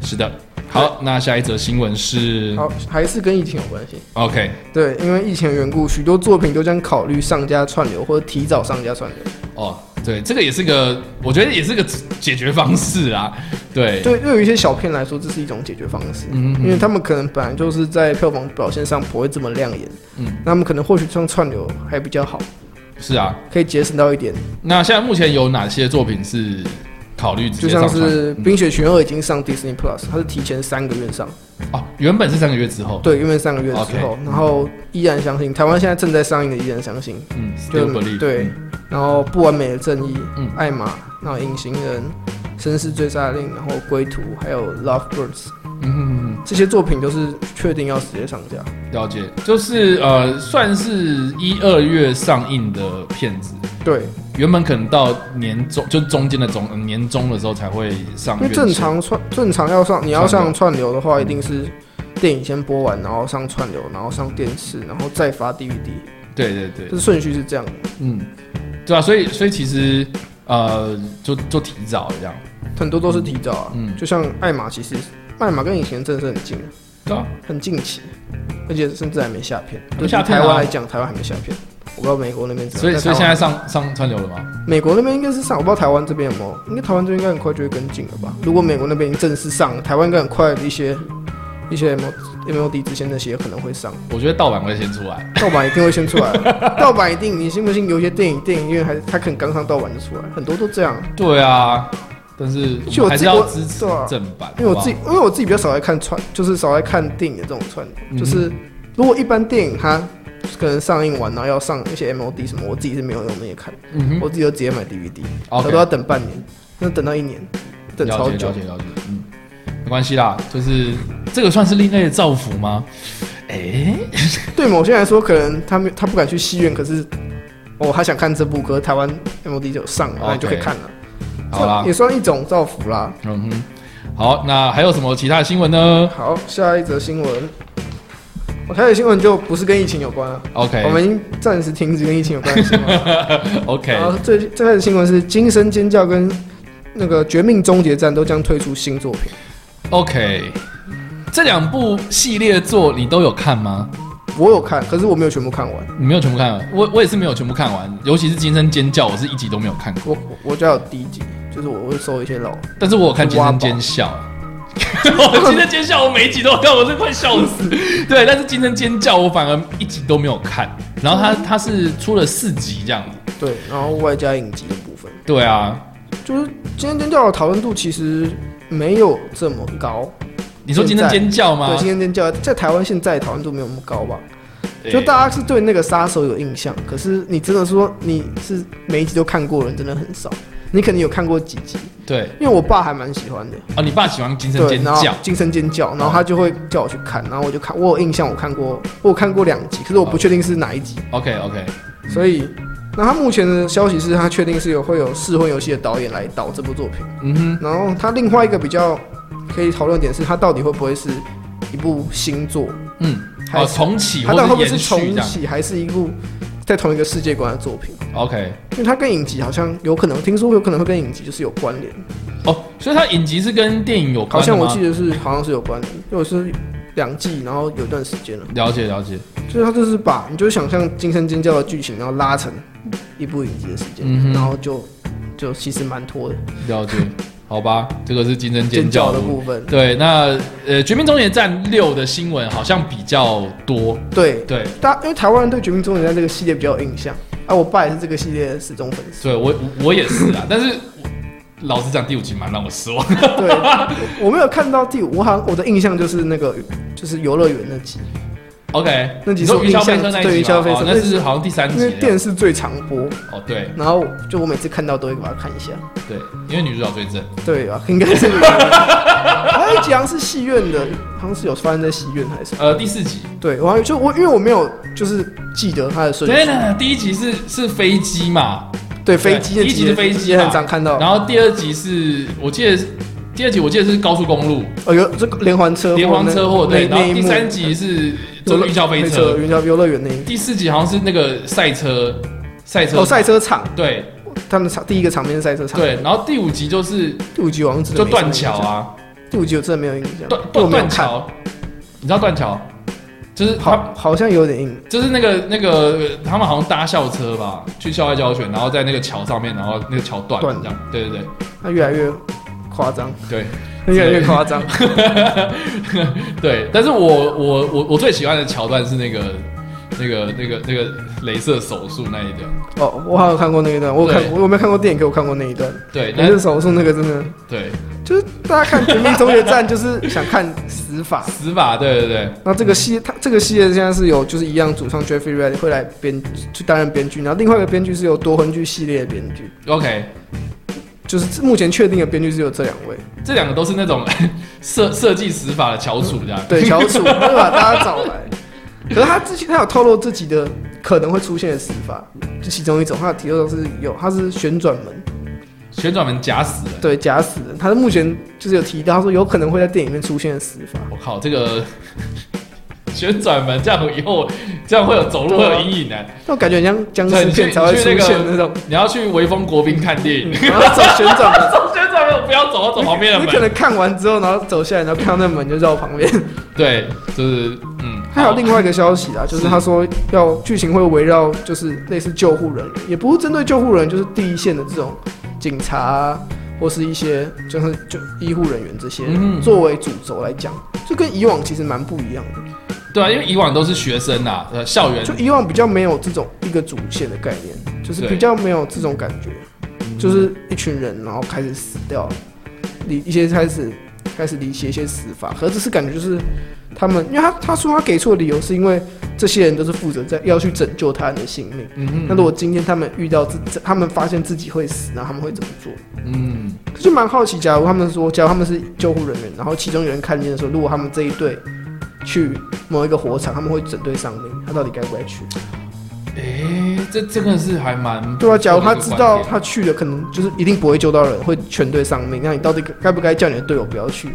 Speaker 1: 是的。好，那下一则新闻是
Speaker 2: 好，还是跟疫情有关系。
Speaker 1: OK，
Speaker 2: 对，因为疫情的缘故，许多作品都将考虑上架串流或者提早上架串流。
Speaker 1: 哦，对，这个也是个，我觉得也是个解决方式啊，对，
Speaker 2: 对，对于一些小片来说，这是一种解决方式，
Speaker 1: 嗯嗯
Speaker 2: 因为他们可能本来就是在票房表现上不会这么亮眼，
Speaker 1: 嗯
Speaker 2: 嗯，那他们可能或许上串流还比较好，
Speaker 1: 是啊。
Speaker 2: 可以节省到一点。
Speaker 1: 那现在目前有哪些作品是考虑直
Speaker 2: 就
Speaker 1: 接上
Speaker 2: 像
Speaker 1: 传？
Speaker 2: 是《
Speaker 1: 嗯
Speaker 2: 冰雪奇缘二》已经上 Disney Plus，它是提前三个月上。
Speaker 1: 哦，原本是三个月之后，
Speaker 2: 对，因为上个月之后然后依然相信台湾现在正在上映的《依然相信
Speaker 1: 嗯，Still Believe，
Speaker 2: 对
Speaker 1: 嗯，
Speaker 2: 然后不完美的正义、
Speaker 1: 嗯
Speaker 2: 艾玛，然后隐形人、绅士追杀令，然后归途，还有 Lovebirds
Speaker 1: 嗯嗯，嗯
Speaker 2: 这些作品都是确定要直接上架。
Speaker 1: 嗯了解，就是呃，算是一二月上映的片子，
Speaker 2: 对，
Speaker 1: 原本可能到年中，就中间的中呃年中的时候才会上
Speaker 2: 因为
Speaker 1: 院线，
Speaker 2: 正常串正常要上，你要
Speaker 1: 串流嗯
Speaker 2: 上串流的话，一定是电影先播完，然后上串流，然后上电视，然后再发 DVD，
Speaker 1: 对对对
Speaker 2: 这，顺序是这样的。
Speaker 1: 嗯，对啊，所以所以其实呃，就就提早这样，
Speaker 2: 很多都是提早啊，
Speaker 1: 嗯
Speaker 2: 就像艾玛，其实艾玛跟以前真的是很近。
Speaker 1: 对啊，
Speaker 2: 很近期，而且甚至还没下片。
Speaker 1: 还没
Speaker 2: 对于
Speaker 1: 下片啊
Speaker 2: 台湾来讲，台湾还没下片。我不知道美国那边怎么
Speaker 1: 所以
Speaker 2: 样，
Speaker 1: 所以现
Speaker 2: 啊但台
Speaker 1: 在
Speaker 2: 湾
Speaker 1: 上上川流了吗？
Speaker 2: 美国那边应该是上，我不知道台湾这边有没有，应该台湾这边应该很快就会跟进了吧？如果美国那边已经正式上，台湾应该很快一些一些 M M O D 之前那些可能会上，
Speaker 1: 我觉得盗版会先出来，
Speaker 2: 盗版一定会先出来，盗版一定，你信不信？有一些电影电影院还它可能刚上盗版就出来，很多都这样。
Speaker 1: 对啊，但是
Speaker 2: 其实
Speaker 1: 我
Speaker 2: 我
Speaker 1: 们还是
Speaker 2: 自己
Speaker 1: 要
Speaker 2: 我
Speaker 1: 支持
Speaker 2: 对啊
Speaker 1: 正版，
Speaker 2: 因为
Speaker 1: 好
Speaker 2: 我
Speaker 1: 不好
Speaker 2: 自己，因为我自己比较少来看串，就是少来看电影的这种串，
Speaker 1: 嗯
Speaker 2: 就是如果一般电影它可能上映完，然后要上一些 MOD 什么，我自己是没有用那些看，
Speaker 1: 嗯哼
Speaker 2: 我自己就直接买 DVD，我
Speaker 1: ，OK，
Speaker 2: 都要等半年，那等到一年，等
Speaker 1: 了
Speaker 2: 超
Speaker 1: 解
Speaker 2: 久
Speaker 1: 了。解了解，嗯，没关系啦，就是这个算是另类的造福吗？哎、
Speaker 2: 对某些人来说，可能他没他不敢去戏院，可是哦，他想看这部歌，台湾 MOD 就有上了，那你就可以
Speaker 1: OK
Speaker 2: 看了，
Speaker 1: 好啦
Speaker 2: 这也算一种造福啦。
Speaker 1: 嗯哼，好，那还有什么其他的新闻呢
Speaker 2: 好，下一则新闻，我下一则新闻就不是跟疫情有关了，我
Speaker 1: ？OK
Speaker 2: 们已经暂时停止跟疫情有关的新闻了。
Speaker 1: OK，
Speaker 2: 然后最最开始新闻是《惊声尖叫》跟那个《绝命终结战》都将推出新作品。
Speaker 1: OK，这两部系列作你都有看吗？
Speaker 2: 我有看，可是我没有全部看完。
Speaker 1: 你没有全部看完，我我也是没有全部看完，尤其是《惊声尖叫》，我是一集都没有看过，
Speaker 2: 我我我就有第一集，就是我会收一些老。
Speaker 1: 但是我有看《惊声尖笑》。 我今天尖笑，我每一集都有看，我真的快笑死。 对，但是今天尖叫，我反而一集都没有看。然后它它是出了四集这样子。
Speaker 2: 对，然后外加影集的部分，
Speaker 1: 对啊，
Speaker 2: 就是《惊声尖叫》的讨论度其实没有这么高。
Speaker 1: 你说今天
Speaker 2: 现在
Speaker 1: 尖叫
Speaker 2: 对，
Speaker 1: 吗
Speaker 2: 《惊？声尖叫》在台湾现在讨论度没有那么高吧？
Speaker 1: 对
Speaker 2: 就大家是对那个杀手有印象，可是你真的说你是每一集都看过的人真的很少。你肯定有看过几集，
Speaker 1: 对
Speaker 2: 因为我爸还蛮喜欢的。
Speaker 1: 哦，你爸喜欢惊声
Speaker 2: 对，
Speaker 1: 尖
Speaker 2: 然后
Speaker 1: 叫，
Speaker 2: 惊声尖叫，然后他就会叫我去看，然后我就看，我有印象，我看过，我有看过两集，可是我不确定是哪一集，
Speaker 1: OK OK，
Speaker 2: 所以，那他目前的消息是他确定是有会有试婚游戏的导演来导这部作品，
Speaker 1: 嗯哼，
Speaker 2: 然后他另外一个比较可以讨论点是，他到底会不会是一部新作，
Speaker 1: 嗯，
Speaker 2: 还
Speaker 1: 哦，
Speaker 2: 是
Speaker 1: 重启
Speaker 2: 他
Speaker 1: 或
Speaker 2: 到底会不
Speaker 1: 者
Speaker 2: 会
Speaker 1: 延
Speaker 2: 是
Speaker 1: 续
Speaker 2: 重
Speaker 1: 这样
Speaker 2: 启，还是一部在同一个世界观的作品？
Speaker 1: ，OK，
Speaker 2: 因为他跟影集好像有可能，听说有可能会跟影集就是有关联，
Speaker 1: 哦，所以它影集是跟电影有
Speaker 2: 好
Speaker 1: 关的
Speaker 2: 像
Speaker 1: 吗？
Speaker 2: 我记得是好像是有关的，因为我是两季，然后有一段时间了，
Speaker 1: 了解了解，
Speaker 2: 就是他就是把你就想象《惊声尖叫》的剧情，然后拉成一部影集的时间，
Speaker 1: 嗯哼
Speaker 2: 然后就就其实蛮拖的，
Speaker 1: 了解，好吧，这个是竞争尖
Speaker 2: 尖
Speaker 1: 叫
Speaker 2: 叫
Speaker 1: 的
Speaker 2: 的
Speaker 1: 部分。
Speaker 2: 部分，
Speaker 1: 对，那呃，《绝命终结站六》的新闻好像比较多，
Speaker 2: 对，
Speaker 1: 对，
Speaker 2: 大因为台湾人对《绝命终结站》这个系列比较有印象，啊，我爸也是这个系列的始终 粉丝，
Speaker 1: 所以我我我也是啊，但是我老实讲，第五集蛮让我失望。
Speaker 2: 对，我我没有看到第五，我好像我的印象就是那个就是游乐园那集，
Speaker 1: OK，
Speaker 2: 那集
Speaker 1: 你
Speaker 2: 是
Speaker 1: 说
Speaker 2: 我
Speaker 1: 云霄
Speaker 2: 印
Speaker 1: 飞
Speaker 2: 象
Speaker 1: 车那一集
Speaker 2: 对云
Speaker 1: 吗
Speaker 2: 霄飞车
Speaker 1: 哦那是好像第三
Speaker 2: 因
Speaker 1: 集
Speaker 2: 为
Speaker 1: 了
Speaker 2: 电视最常播，
Speaker 1: 哦，对
Speaker 2: 然后就我每次看到都会把它看一下。
Speaker 1: 对，因为女主角最正，
Speaker 2: 对啊，应该 是。还有一集好像是戏院的，好像是有发生在戏院还是？
Speaker 1: 呃，第四集，
Speaker 2: 对，我好像就我因为我没有就是记得它的顺
Speaker 1: 对
Speaker 2: 序。
Speaker 1: 呢，第一集是是飞机嘛，
Speaker 2: 对，飞机
Speaker 1: 对
Speaker 2: 的
Speaker 1: 第一集是飞机啊
Speaker 2: 也
Speaker 1: 嘛
Speaker 2: 很常看到。
Speaker 1: 然后第二集是我记得是第二集我记得是高速公路
Speaker 2: 哦，有这个连环车祸那，
Speaker 1: 连环车祸，对，
Speaker 2: 那
Speaker 1: 然
Speaker 2: 那一
Speaker 1: 后
Speaker 2: 幕
Speaker 1: 第三集是
Speaker 2: 游
Speaker 1: 就
Speaker 2: 乐
Speaker 1: 是云霄飞
Speaker 2: 飞
Speaker 1: 车，
Speaker 2: 云霄游乐园那一幕。
Speaker 1: 第四集好像是那个赛车赛车
Speaker 2: 哦，赛车场，
Speaker 1: 对
Speaker 2: 他们场第一个场面是赛车场。，
Speaker 1: 对，然后第五集就是
Speaker 2: 第五集我好像真的
Speaker 1: 就
Speaker 2: 没什么
Speaker 1: 断桥
Speaker 2: 印象，
Speaker 1: 啊，
Speaker 2: 第五集我真的没有印象，
Speaker 1: 断
Speaker 2: 因为
Speaker 1: 断
Speaker 2: 我没有
Speaker 1: 断
Speaker 2: 看，
Speaker 1: 桥，你知道断桥就是他
Speaker 2: 好，好像有点印，
Speaker 1: 就是那个那个他们好像搭校车吧，去校外教学，然后在那个桥上面，然后那个桥断
Speaker 2: 断
Speaker 1: 这样，对对
Speaker 2: 它越来越 夸张，
Speaker 1: 对
Speaker 2: 越来越夸张。
Speaker 1: 对对，但是我我我我最喜欢的桥段是那个。那个、那个、那个镭射手术那一段，
Speaker 2: 哦，我好像有看过那一段，我有看
Speaker 1: 对
Speaker 2: 我有没有看过电影？给我看过那一段，
Speaker 1: 对，
Speaker 2: 那
Speaker 1: 那
Speaker 2: 是手术那个真的。
Speaker 1: 对
Speaker 2: 就是大家看《绝命终结站》，就是想看死法。
Speaker 1: 死法，对对对，
Speaker 2: 那这个系，它这个系列现在是有就是一样主唱 Jeffrey Wright 会来编去担任编剧，然后另外一个编剧是由夺魂剧系列的编剧，
Speaker 1: OK，
Speaker 2: 就是目前确定的编剧是有这两位。
Speaker 1: 这两个都是那种 设设计死法的翘楚这样。
Speaker 2: 对，小 楚会把大家找来。可是他之前他有透露自己的可能会出现的死法，就其中一种，他的提到是有，他是旋转门，
Speaker 1: 旋转门夹死了。
Speaker 2: 对，假死人。他的目前就是有提到，他说有可能会在电影里面出现的死法。
Speaker 1: 我靠，这个 旋转门这样以后这样会有走路会有阴影的、
Speaker 2: 那我感觉很像僵尸片才会出现那种，
Speaker 1: 你要去微风国宾看电影，
Speaker 2: 然后走旋转门。
Speaker 1: 走旋转门不要走，要走旁边的
Speaker 2: 你可
Speaker 1: 门。
Speaker 2: 能看完之后，然后走下来，然后看到那门就绕旁边。
Speaker 1: 对，就是嗯，
Speaker 2: 还有另外一个消息啊，就是
Speaker 1: 是
Speaker 2: 他说要剧情会围绕就是类似救护人员，也不是针对救护人员，就是第一线的这种警察、啊、或是一些就是就医护人员这些、
Speaker 1: 嗯
Speaker 2: 作为主轴来讲，就跟以往其实蛮不一样的。
Speaker 1: 对啊，因为以往都是学生啊，呃，校园
Speaker 2: 就以往比较没有这种一个主线的概念，就是
Speaker 1: 对嗯
Speaker 2: 比较没有这种感觉，就是一群人然后开始死掉，离一些开始开始理解一些死法，可是这是感觉就是他们，因为他他说他给出的理由是因为这些人都是负责在要去拯救他人的性命。
Speaker 1: 嗯
Speaker 2: 那
Speaker 1: 哼
Speaker 2: 如果今天他们遇到自自他们发现自己会死，然后他们会怎么做？
Speaker 1: 嗯，
Speaker 2: 可是蛮好奇，假如他们说，假如他们是救护人员，然后其中有人看见说，如果他们这一队去某一个火场，他们会整队丧命，他到底该不该去？
Speaker 1: 诶，这这个是还蛮
Speaker 2: 对啊，假如他知道
Speaker 1: 嗯不错的一个观点
Speaker 2: 他去了，可能就是一定不会救到人，会全队丧命。那你到底该不该叫你的队友不要去？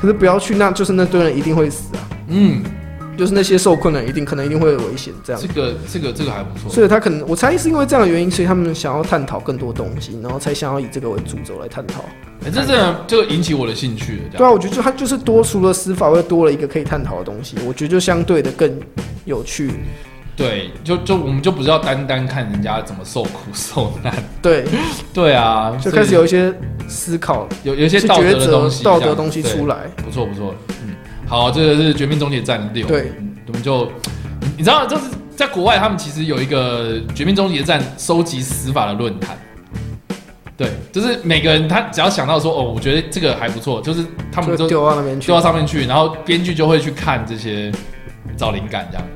Speaker 2: 可是不要去，那就是那堆人一定会死啊，
Speaker 1: 嗯，
Speaker 2: 就是那些受困的人一定可能一定会有危险这样
Speaker 1: 这。个这个这个还不错，
Speaker 2: 所以他可能我猜是因为这样的原因，所以他们想要探讨更多东西，然后才想要以这个为主轴来探讨。
Speaker 1: 诶这这这个引起我的兴趣了，这
Speaker 2: 对
Speaker 1: 样
Speaker 2: 啊，我觉得就他就是多除了司法，又多了一个可以探讨的东西，我觉得就相对的更有趣。
Speaker 1: 对，就就我们就不是要单单看人家怎么受苦受难，
Speaker 2: 对，
Speaker 1: 嗯对 啊，
Speaker 2: 就开始有一些思考，
Speaker 1: 有有一
Speaker 2: 一
Speaker 1: 些道德
Speaker 2: 抉
Speaker 1: 的东
Speaker 2: 择
Speaker 1: 西，
Speaker 2: 道德东西
Speaker 1: 这样
Speaker 2: 出来。
Speaker 1: 对不错不错，嗯，好，这个是《绝命终结站六》，
Speaker 2: 对
Speaker 1: 嗯，我们就你你知道，就是在国外，他们其实有一个《绝命终结站》收集死法的论坛。对，就是每个人他只要想到说，哦，我觉得这个还不错，就是他们
Speaker 2: 就
Speaker 1: 就啊
Speaker 2: 丢到那边去
Speaker 1: 丢。到上面去，然后编剧就会去看这些找灵感这样。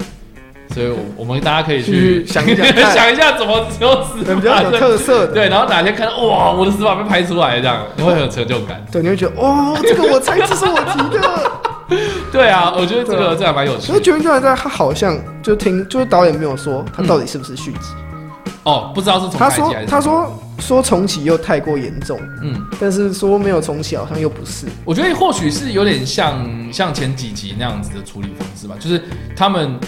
Speaker 1: 所以，我我们大家可以去
Speaker 2: 去 想一想看
Speaker 1: 想一下怎么有死
Speaker 2: 对
Speaker 1: 法
Speaker 2: 比较有特 色的，
Speaker 1: 对，然后哪天看到哇，我的死法被拍出来，这样你会很有成就感。
Speaker 2: 对，你会觉得哦，这个我猜，这是我提的。
Speaker 1: 对啊，我觉得这
Speaker 2: 对
Speaker 1: 个
Speaker 2: 啊
Speaker 1: 这还蛮有趣
Speaker 2: 可是《
Speaker 1: 的
Speaker 2: 绝命终结站》他好像就听，就是导演没有说他到底是不是续集，
Speaker 1: 哦，不知道是从哪
Speaker 2: 他
Speaker 1: 一集
Speaker 2: 说
Speaker 1: 还是
Speaker 2: 他说说重启又太过严重，
Speaker 1: 嗯，
Speaker 2: 但是说没有重启好像又 不是。
Speaker 1: 我觉得或许是有点像像前几集那样子的处理方式吧，就是他们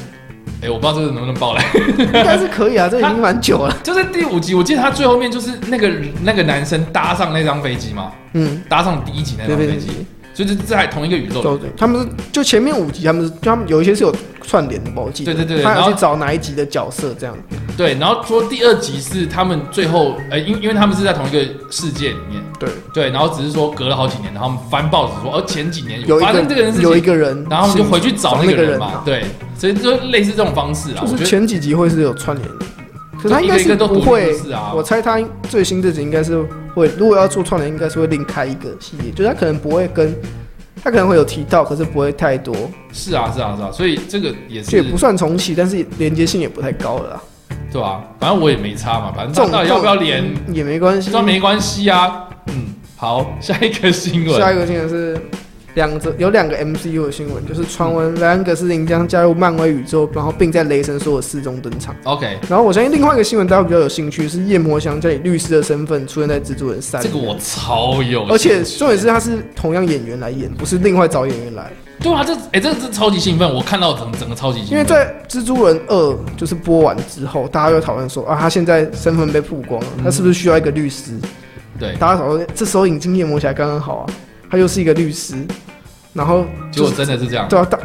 Speaker 1: 哎、我不知道这个能不能爆来。
Speaker 2: 应该是可以啊，这已经蛮久了。
Speaker 1: 就是第五集，我记得他最后面就是那个那个男生搭上那张飞机嘛，
Speaker 2: 嗯，
Speaker 1: 搭上第一集那
Speaker 2: 对
Speaker 1: 张
Speaker 2: 对对
Speaker 1: 飞机，就是在同一个宇宙。
Speaker 2: 对对，他们是就前面五集，他们是就他们有一些是有串联的吧，我记得。
Speaker 1: 对对对对
Speaker 2: 他
Speaker 1: 然
Speaker 2: 有
Speaker 1: 后
Speaker 2: 去找哪一集的角色这样。
Speaker 1: 对，然后说第二集是他们最后，呃，因因为他们是在同一个世界里面，
Speaker 2: 对，
Speaker 1: 对，然后只是说隔了好几年，然后他们翻报纸说，哦，前几年
Speaker 2: 有一
Speaker 1: 发生这个人
Speaker 2: 个
Speaker 1: 事
Speaker 2: 有一
Speaker 1: 情，
Speaker 2: 个人，
Speaker 1: 然后他们就回去找那个人
Speaker 2: 找
Speaker 1: 嘛，对，所以就类似这种方式啊，
Speaker 2: 就
Speaker 1: 我
Speaker 2: 是
Speaker 1: 觉得
Speaker 2: 前几集会是有串联的，可是他
Speaker 1: 就
Speaker 2: 应
Speaker 1: 一
Speaker 2: 该
Speaker 1: 个一
Speaker 2: 是
Speaker 1: 个都
Speaker 2: 不
Speaker 1: 独
Speaker 2: 会
Speaker 1: 立。故事啊，
Speaker 2: 我猜他最新这集应该是会，如果要做串联，应该是会另开一个系列，就是他可能不会跟，他可能会有提到，可是不会太多，
Speaker 1: 是啊是啊是啊，所以这个也
Speaker 2: 这
Speaker 1: 是
Speaker 2: 也不算重启，但是连接性也不太高了啦。
Speaker 1: 对吧、反正我也没差嘛，反
Speaker 2: 这
Speaker 1: 正
Speaker 2: 种
Speaker 1: 到底要不要连，
Speaker 2: 这种也没关系。
Speaker 1: 那没关系啊，嗯，好， 下一个新闻，
Speaker 2: 下一个新闻是两则有两个 MCU 的新闻，就是传闻莱恩·格斯林将加入漫威宇宙，然后并在雷神所有四中登场。
Speaker 1: OK，
Speaker 2: 然后我相信另外一个新闻大家比较有兴趣是夜魔侠将以律师的身份出现在蜘蛛人三
Speaker 1: 这。个我超有兴趣，
Speaker 2: 而且重点是他是同样演员来演，不是另外找演员来。
Speaker 1: 对啊，这哎、这这超级兴奋，我看到整整个超级兴奋，
Speaker 2: 因为在《蜘蛛人二》就是播完之后，大家又讨论说啊，他现在身份被曝光了，他是不是需要一个律师？
Speaker 1: 对，
Speaker 2: 大家讨论，这时候引进夜魔侠刚刚好啊，他又是一个律师，然后
Speaker 1: 结
Speaker 2: 就
Speaker 1: 果
Speaker 2: 是
Speaker 1: 真的是这样，
Speaker 2: 对啊，大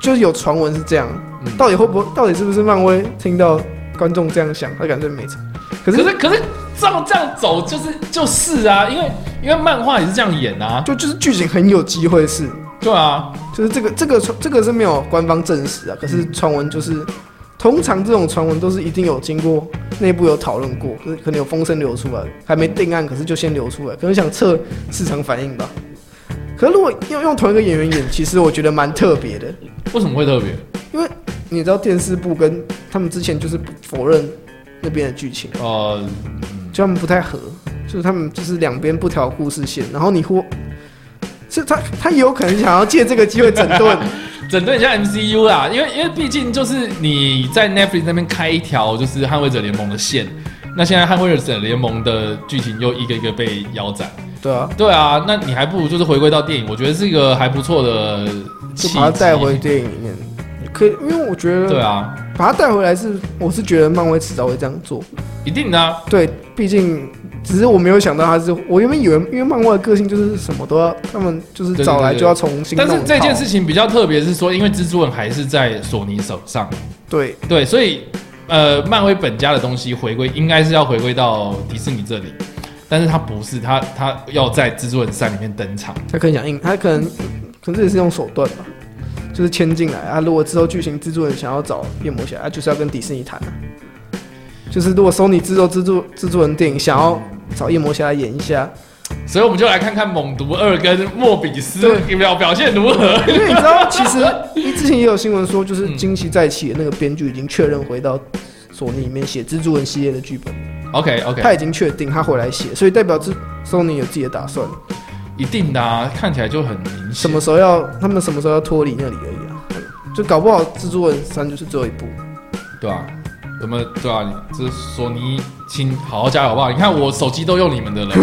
Speaker 2: 就是有传闻是这样，
Speaker 1: 嗯
Speaker 2: 到底会不会，到底是不是漫威听到观众这样想，他感觉没差。可
Speaker 1: 可
Speaker 2: 是
Speaker 1: 是可是照这样走就是就是啊，因为因为漫画也是这样演啊，
Speaker 2: 就就是剧情很有机会是，
Speaker 1: 对啊，
Speaker 2: 就是这个这个这个是没有官方证实啊，可是传闻就是，通常这种传闻都是一定有经过内部有讨论过，就是可能有风声流出来，还没定案，可是就先流出来，可能想测市场反应吧。可是如果要用同一个演员演，其实我觉得蛮特别的。
Speaker 1: 为什么会特别？
Speaker 2: 你也知道电视部跟他们之前就是不否认那边的剧情，
Speaker 1: 呃，
Speaker 2: 就他们不太合，就是他们就是两边不调故事线，然后你忽，是他他也有可能想要借这个机会整顿，
Speaker 1: 整顿一下 MCU 啦，因为因为毕竟就是你在 Netflix 那边开一条就是捍卫者联盟的线，那现在捍卫者联盟的剧情又一个一个被腰斩，
Speaker 2: 对啊，
Speaker 1: 对啊，那你还不如就是回归到电影，我觉得是一个还不错的契
Speaker 2: 就
Speaker 1: 机，
Speaker 2: 把它带回电影里面。可以，因为我觉
Speaker 1: 对
Speaker 2: 得
Speaker 1: 啊，
Speaker 2: 把它带回来是，我是觉得漫威迟早会这样做。
Speaker 1: 一定的啊、
Speaker 2: 对，毕竟只是我没有想到他是，我原本以为，因为漫威的个性就是什么都要，他们就是
Speaker 1: 对对
Speaker 2: 找来
Speaker 1: 对对
Speaker 2: 就要重新
Speaker 1: 但
Speaker 2: 弄一
Speaker 1: 是
Speaker 2: 套
Speaker 1: 这件事，情比较特别，是说因为蜘蛛人还是在索尼手上，
Speaker 2: 对
Speaker 1: 对，所以呃，漫威本家的东西回归应该是要回归到迪士尼这里，但是它不是，它它要在蜘蛛人三里面登场，
Speaker 2: 他可能想硬，他可能可能这也是用手段吧，就是牵进来啊。如果之后剧情制作人想要找夜魔侠，啊、就是要跟迪士尼谈、啊。就是如果 Sony 制作制作制作人电影想要找夜魔侠来演一下，
Speaker 1: 所以我们就来看看猛毒二跟莫比斯
Speaker 2: 对
Speaker 1: 表表现如何。
Speaker 2: 因为你知道，其实之前也有新闻说，就是《惊奇再起》的那个编剧已经确认回到索尼里面写蜘蛛人系列的剧本，
Speaker 1: OK OK，
Speaker 2: 他已经确定他回来写，所以代表是 Sony 有自己的打算，
Speaker 1: 一定的、啊，看起来就很明显。
Speaker 2: 什么？时候要他们什么时候要脱离那里而已啊，就搞不好蜘蛛人三就是最后一部。
Speaker 1: 对啊，有没有？对啊，你这索尼，请好好加油好不好？你看我手机都用你们的 了，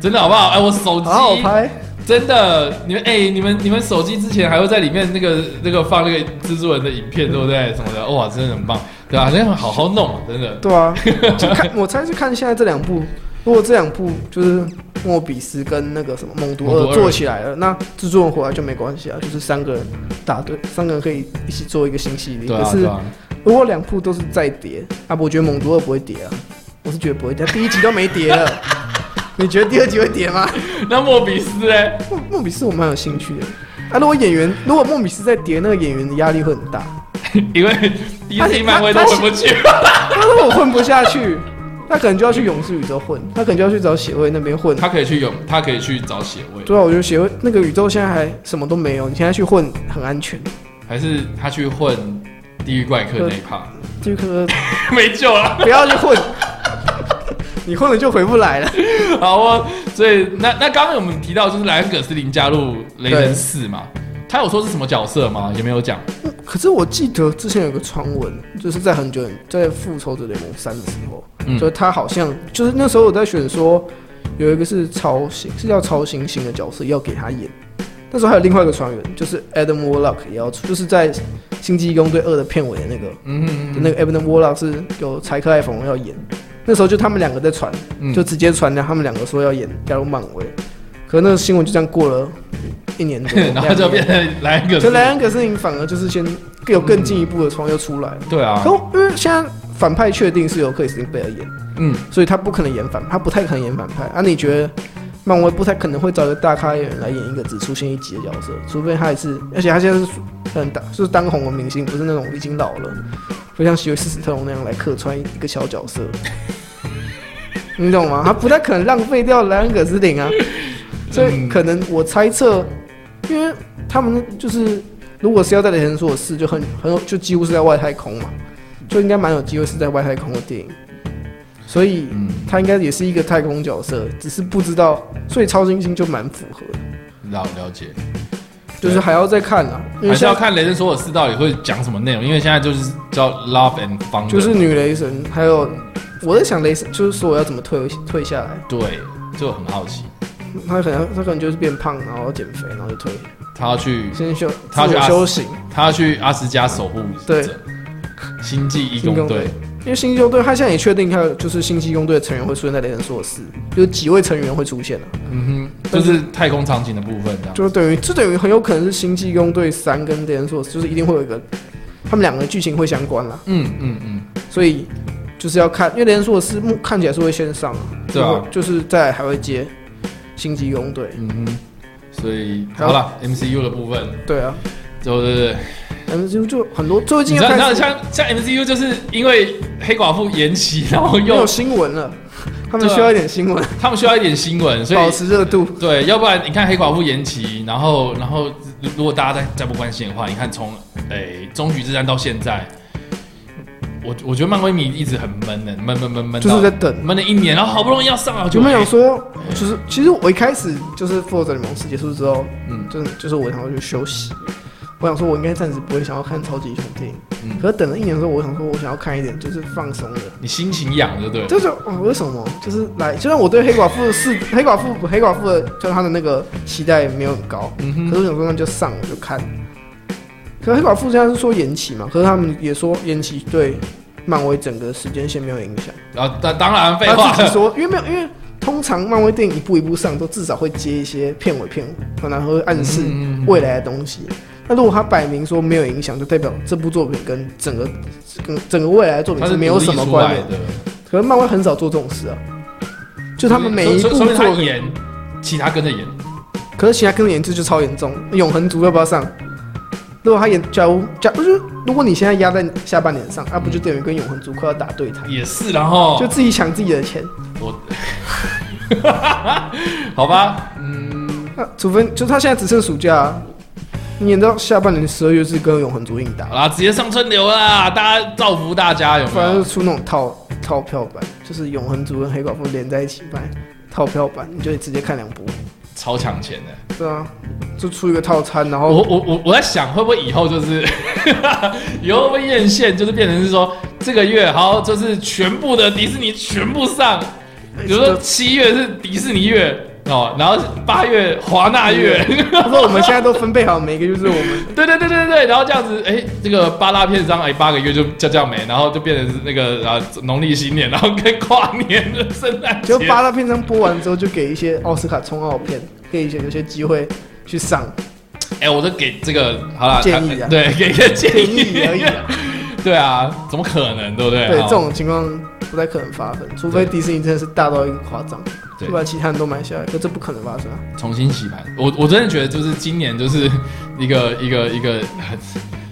Speaker 1: 真的好不好？哎，我手机
Speaker 2: 好好拍，啊
Speaker 1: 真的，你们哎、你们你们手机之前还会在里面那个那个放那个蜘蛛人的影片，对不对？什么的，哇，真的很棒，对啊，真的好好弄啊，真的。
Speaker 2: 对 啊，就看我猜是看现在这两部，如果这两部就是莫比斯跟那个什么猛毒
Speaker 1: 猛毒
Speaker 2: 二
Speaker 1: 二
Speaker 2: 做起来了，那制作人回来就没关系啊，就是三个人打对，三个人可以一起做一个新系列，
Speaker 1: 对
Speaker 2: 可
Speaker 1: 啊，
Speaker 2: 是
Speaker 1: 对。啊，
Speaker 2: 如果两部都是在跌，啊，我觉得《猛毒二》不会跌啊，我是觉得不会跌，第一集都没跌了。 你觉得第二集会跌吗？
Speaker 1: 那莫比斯嘞？
Speaker 2: 莫莫比斯我蛮有兴趣的。啊，如果演员如果莫比斯在跌，那个演员的压力会很大。 啊
Speaker 1: 因为第一
Speaker 2: 他
Speaker 1: 次漫威都回不去，
Speaker 2: 他如果混不下去，他可能就要去勇士宇宙混，他可能就要去找协会那边混。
Speaker 1: 他可以去有，他可以去找血位，
Speaker 2: 对啊，我觉得协会那个宇宙现在还什么都没有，你现在去混很安全。
Speaker 1: 还是他去混地狱怪客那一趴，
Speaker 2: 这个
Speaker 1: 没救了。
Speaker 2: 不要去混，你混了就回不来了。
Speaker 1: 好哦，所以那那刚刚我们提到就是莱恩·葛斯林加入雷神四嘛，他有说是什么角色吗？有没有讲？
Speaker 2: 可是我记得之前有个传闻，就是在很久在《复仇者联盟三》的时候，
Speaker 1: 嗯
Speaker 2: 就是他好像就是那时候我在选说，有一个是超星，是叫超星星的角色要给他演，那时候还有另外一个船员，就是 Adam Warlock 也要出，就是在《星际义工队二》的片尾的那个，
Speaker 1: 嗯嗯
Speaker 2: 就那个 Adam Warlock 是有柴克艾冯要演。那时候就他们两个在传，
Speaker 1: 嗯
Speaker 2: 就直接传了他们两个说要演加入漫威，可那个新闻就这样过了一年多，
Speaker 1: 然后就变成莱恩葛斯
Speaker 2: 就莱恩·葛斯林反而就是先有更进一步的创又出来了。
Speaker 1: 对啊
Speaker 2: 可，我因为现在反派确定是由克里斯汀贝尔演，
Speaker 1: 嗯，
Speaker 2: 所以他不可能演反，他不太可能演反派。啊，你觉得漫威不太可能会找一个大咖演员来演一个只出现一集的角色，除非他也是，而且他现在是很大，就是当红的明星，不是那种已经老了，不像史斯特龙那样来客串一个小角色。你懂吗？他不太可能浪费掉莱恩·葛斯林啊，所以
Speaker 1: 嗯
Speaker 2: 可能我猜测，因为他们就是如果是要在雷神索四，就很很有就几乎是在外太空嘛，就应该蛮有机会是在外太空的电影，所以
Speaker 1: 嗯
Speaker 2: 他应该也是一个太空角色，只是不知道，所以超新星就蛮符合的，
Speaker 1: 了了解，
Speaker 2: 就是还要再看啊，因为
Speaker 1: 还是
Speaker 2: 现
Speaker 1: 要
Speaker 2: 在
Speaker 1: 看雷神索尔四到底会讲什么内容，因为现在就是叫 Love and Thunder，
Speaker 2: 就是女雷神，还有我在想雷神，就是说我要怎么退退下来，
Speaker 1: 对，就很好奇，
Speaker 2: 他可能他可能就是变胖，然后减肥，然后就退，
Speaker 1: 他要去
Speaker 2: 先休自
Speaker 1: 他去
Speaker 2: 我
Speaker 1: 阿
Speaker 2: 修行。
Speaker 1: 他要去阿斯加守护
Speaker 2: 对
Speaker 1: 者，星际义
Speaker 2: 新
Speaker 1: 工
Speaker 2: 工
Speaker 1: 队
Speaker 2: 队，因为新义工队他现在也确定，还有就是新义工队的成员会出现在雷神索尔四，有几位成员会出现啊，
Speaker 1: 嗯哼，就是太空场景的部分这样。
Speaker 2: 就等于这等于很有可能是新义工队三跟雷神索尔四，就是一定会有一个，他们两个剧情会相关啦，
Speaker 1: 嗯嗯嗯，
Speaker 2: 所以就是要看，因为雷神索尔四目看起来是会先上啊，
Speaker 1: 对啊，
Speaker 2: 就是再来还会接新义工队，
Speaker 1: 嗯哼，所以
Speaker 2: 好
Speaker 1: 好了，MCU 的部分
Speaker 2: 对啊，
Speaker 1: 就是，
Speaker 2: 反正就就很多最
Speaker 1: 你
Speaker 2: 近
Speaker 1: 知
Speaker 2: 要
Speaker 1: 道，你知道
Speaker 2: 开始
Speaker 1: 像像 MCU 就是因为黑寡妇延期，然后
Speaker 2: 没有
Speaker 1: 又
Speaker 2: 新闻了， 他们
Speaker 1: 对啊
Speaker 2: 需要一点新闻，
Speaker 1: 他们需要一点新闻，所
Speaker 2: 保
Speaker 1: 以
Speaker 2: 持热度，
Speaker 1: 对，要不然你看黑寡妇延期，然后然后如如果大家再再不关心的话，你看从诶终局之战到现在，我我觉得漫威迷一直很闷的，闷闷闷闷到，
Speaker 2: 就是在等。
Speaker 1: 闷了一年，然后好不容易要上了，
Speaker 2: 有
Speaker 1: 就
Speaker 2: 没有
Speaker 1: 哎
Speaker 2: 说，就是其实我一开始就是《复仇者联盟四》结束之后，
Speaker 1: 嗯
Speaker 2: 就是就是我想要去休息，我想说我应该暂时不会想要看超级英雄电影，
Speaker 1: 嗯
Speaker 2: 可是等了一年之后，我想说我想要看一点就是放松的，
Speaker 1: 你心情痒就对了，
Speaker 2: 就是、哦、为什么就是来，虽然我对黑寡妇是黑寡妇黑寡妇的就是他的那个期待没有很高，
Speaker 1: 嗯
Speaker 2: 可
Speaker 1: 哼，
Speaker 2: 是我想说那就上我就看，可是黑寡妇现在是说延期嘛，可是他们也说延期对漫威整个时间线没有影响。
Speaker 1: 然后当当然废话
Speaker 2: 他自己说，因为没有，因为通常漫威电影一步一步上，都至少会接一些片尾片尾，然后会暗示
Speaker 1: 嗯嗯嗯
Speaker 2: 未来的东西。那如果他摆明说没有影响，就代表这部作品跟整个跟整个未来的作品
Speaker 1: 他
Speaker 2: 是
Speaker 1: 是
Speaker 2: 没有什么关联
Speaker 1: 联。的，
Speaker 2: 可是漫威很少做这种事啊，就他们每一
Speaker 1: 说
Speaker 2: 部
Speaker 1: 说说明他
Speaker 2: 作品，
Speaker 1: 演，其他跟着演，
Speaker 2: 可是其他跟演制就超严重。永恒族要不要上？如果他演，假如假如就是如果你现在压在下半年上，那、啊不就等于跟永恒族快要打对台，
Speaker 1: 也是，然后
Speaker 2: 就自己抢自己的钱。
Speaker 1: 我， 好吧，
Speaker 2: 那啊除非就他现在只剩暑假、啊，你演到下半年十二月是跟永恒族硬打
Speaker 1: 好，啦，直接上春流啦，大家造福大家有
Speaker 2: 不
Speaker 1: 没
Speaker 2: 然就
Speaker 1: 有？
Speaker 2: 出那种套套票版，就是永恒族跟黑寡妇连在一起卖套票版，你就直接看两部，
Speaker 1: 超抢钱的，
Speaker 2: 对啊，就出一个套餐，然后
Speaker 1: 我我我我在想会不会以后就是 以后会不会艳羡，就是变成是说这个月好就是全部的迪士尼全部上，
Speaker 2: 哎
Speaker 1: 比如说七月是迪士尼月哦，然后八月华纳月。
Speaker 2: 他说我们现在都分配好，每个就是 我们
Speaker 1: 对对对对对，然后这样子，哎，这个八大片商哎八个月就就这样没，然后就变成是那个啊农历新年，然后跟跨年、圣诞节，
Speaker 2: 就八大片商播完之后，就给一些奥斯卡冲奥片，给一些有些机会去上
Speaker 1: 哎，我就给这个好了
Speaker 2: 建议啊
Speaker 1: 对，给个建
Speaker 2: 建
Speaker 1: 议
Speaker 2: 议而已、啊。
Speaker 1: 对啊，怎么可能，对不对？
Speaker 2: 对，
Speaker 1: 哦
Speaker 2: 这种情况不太可能发生，除非
Speaker 1: 对
Speaker 2: 迪士尼真的是大到一个夸张，
Speaker 1: 对
Speaker 2: 就把其他人都买下来，可这不可能发生啊。
Speaker 1: 重新洗盘，我我真的觉得就是今年就是 一个一个一个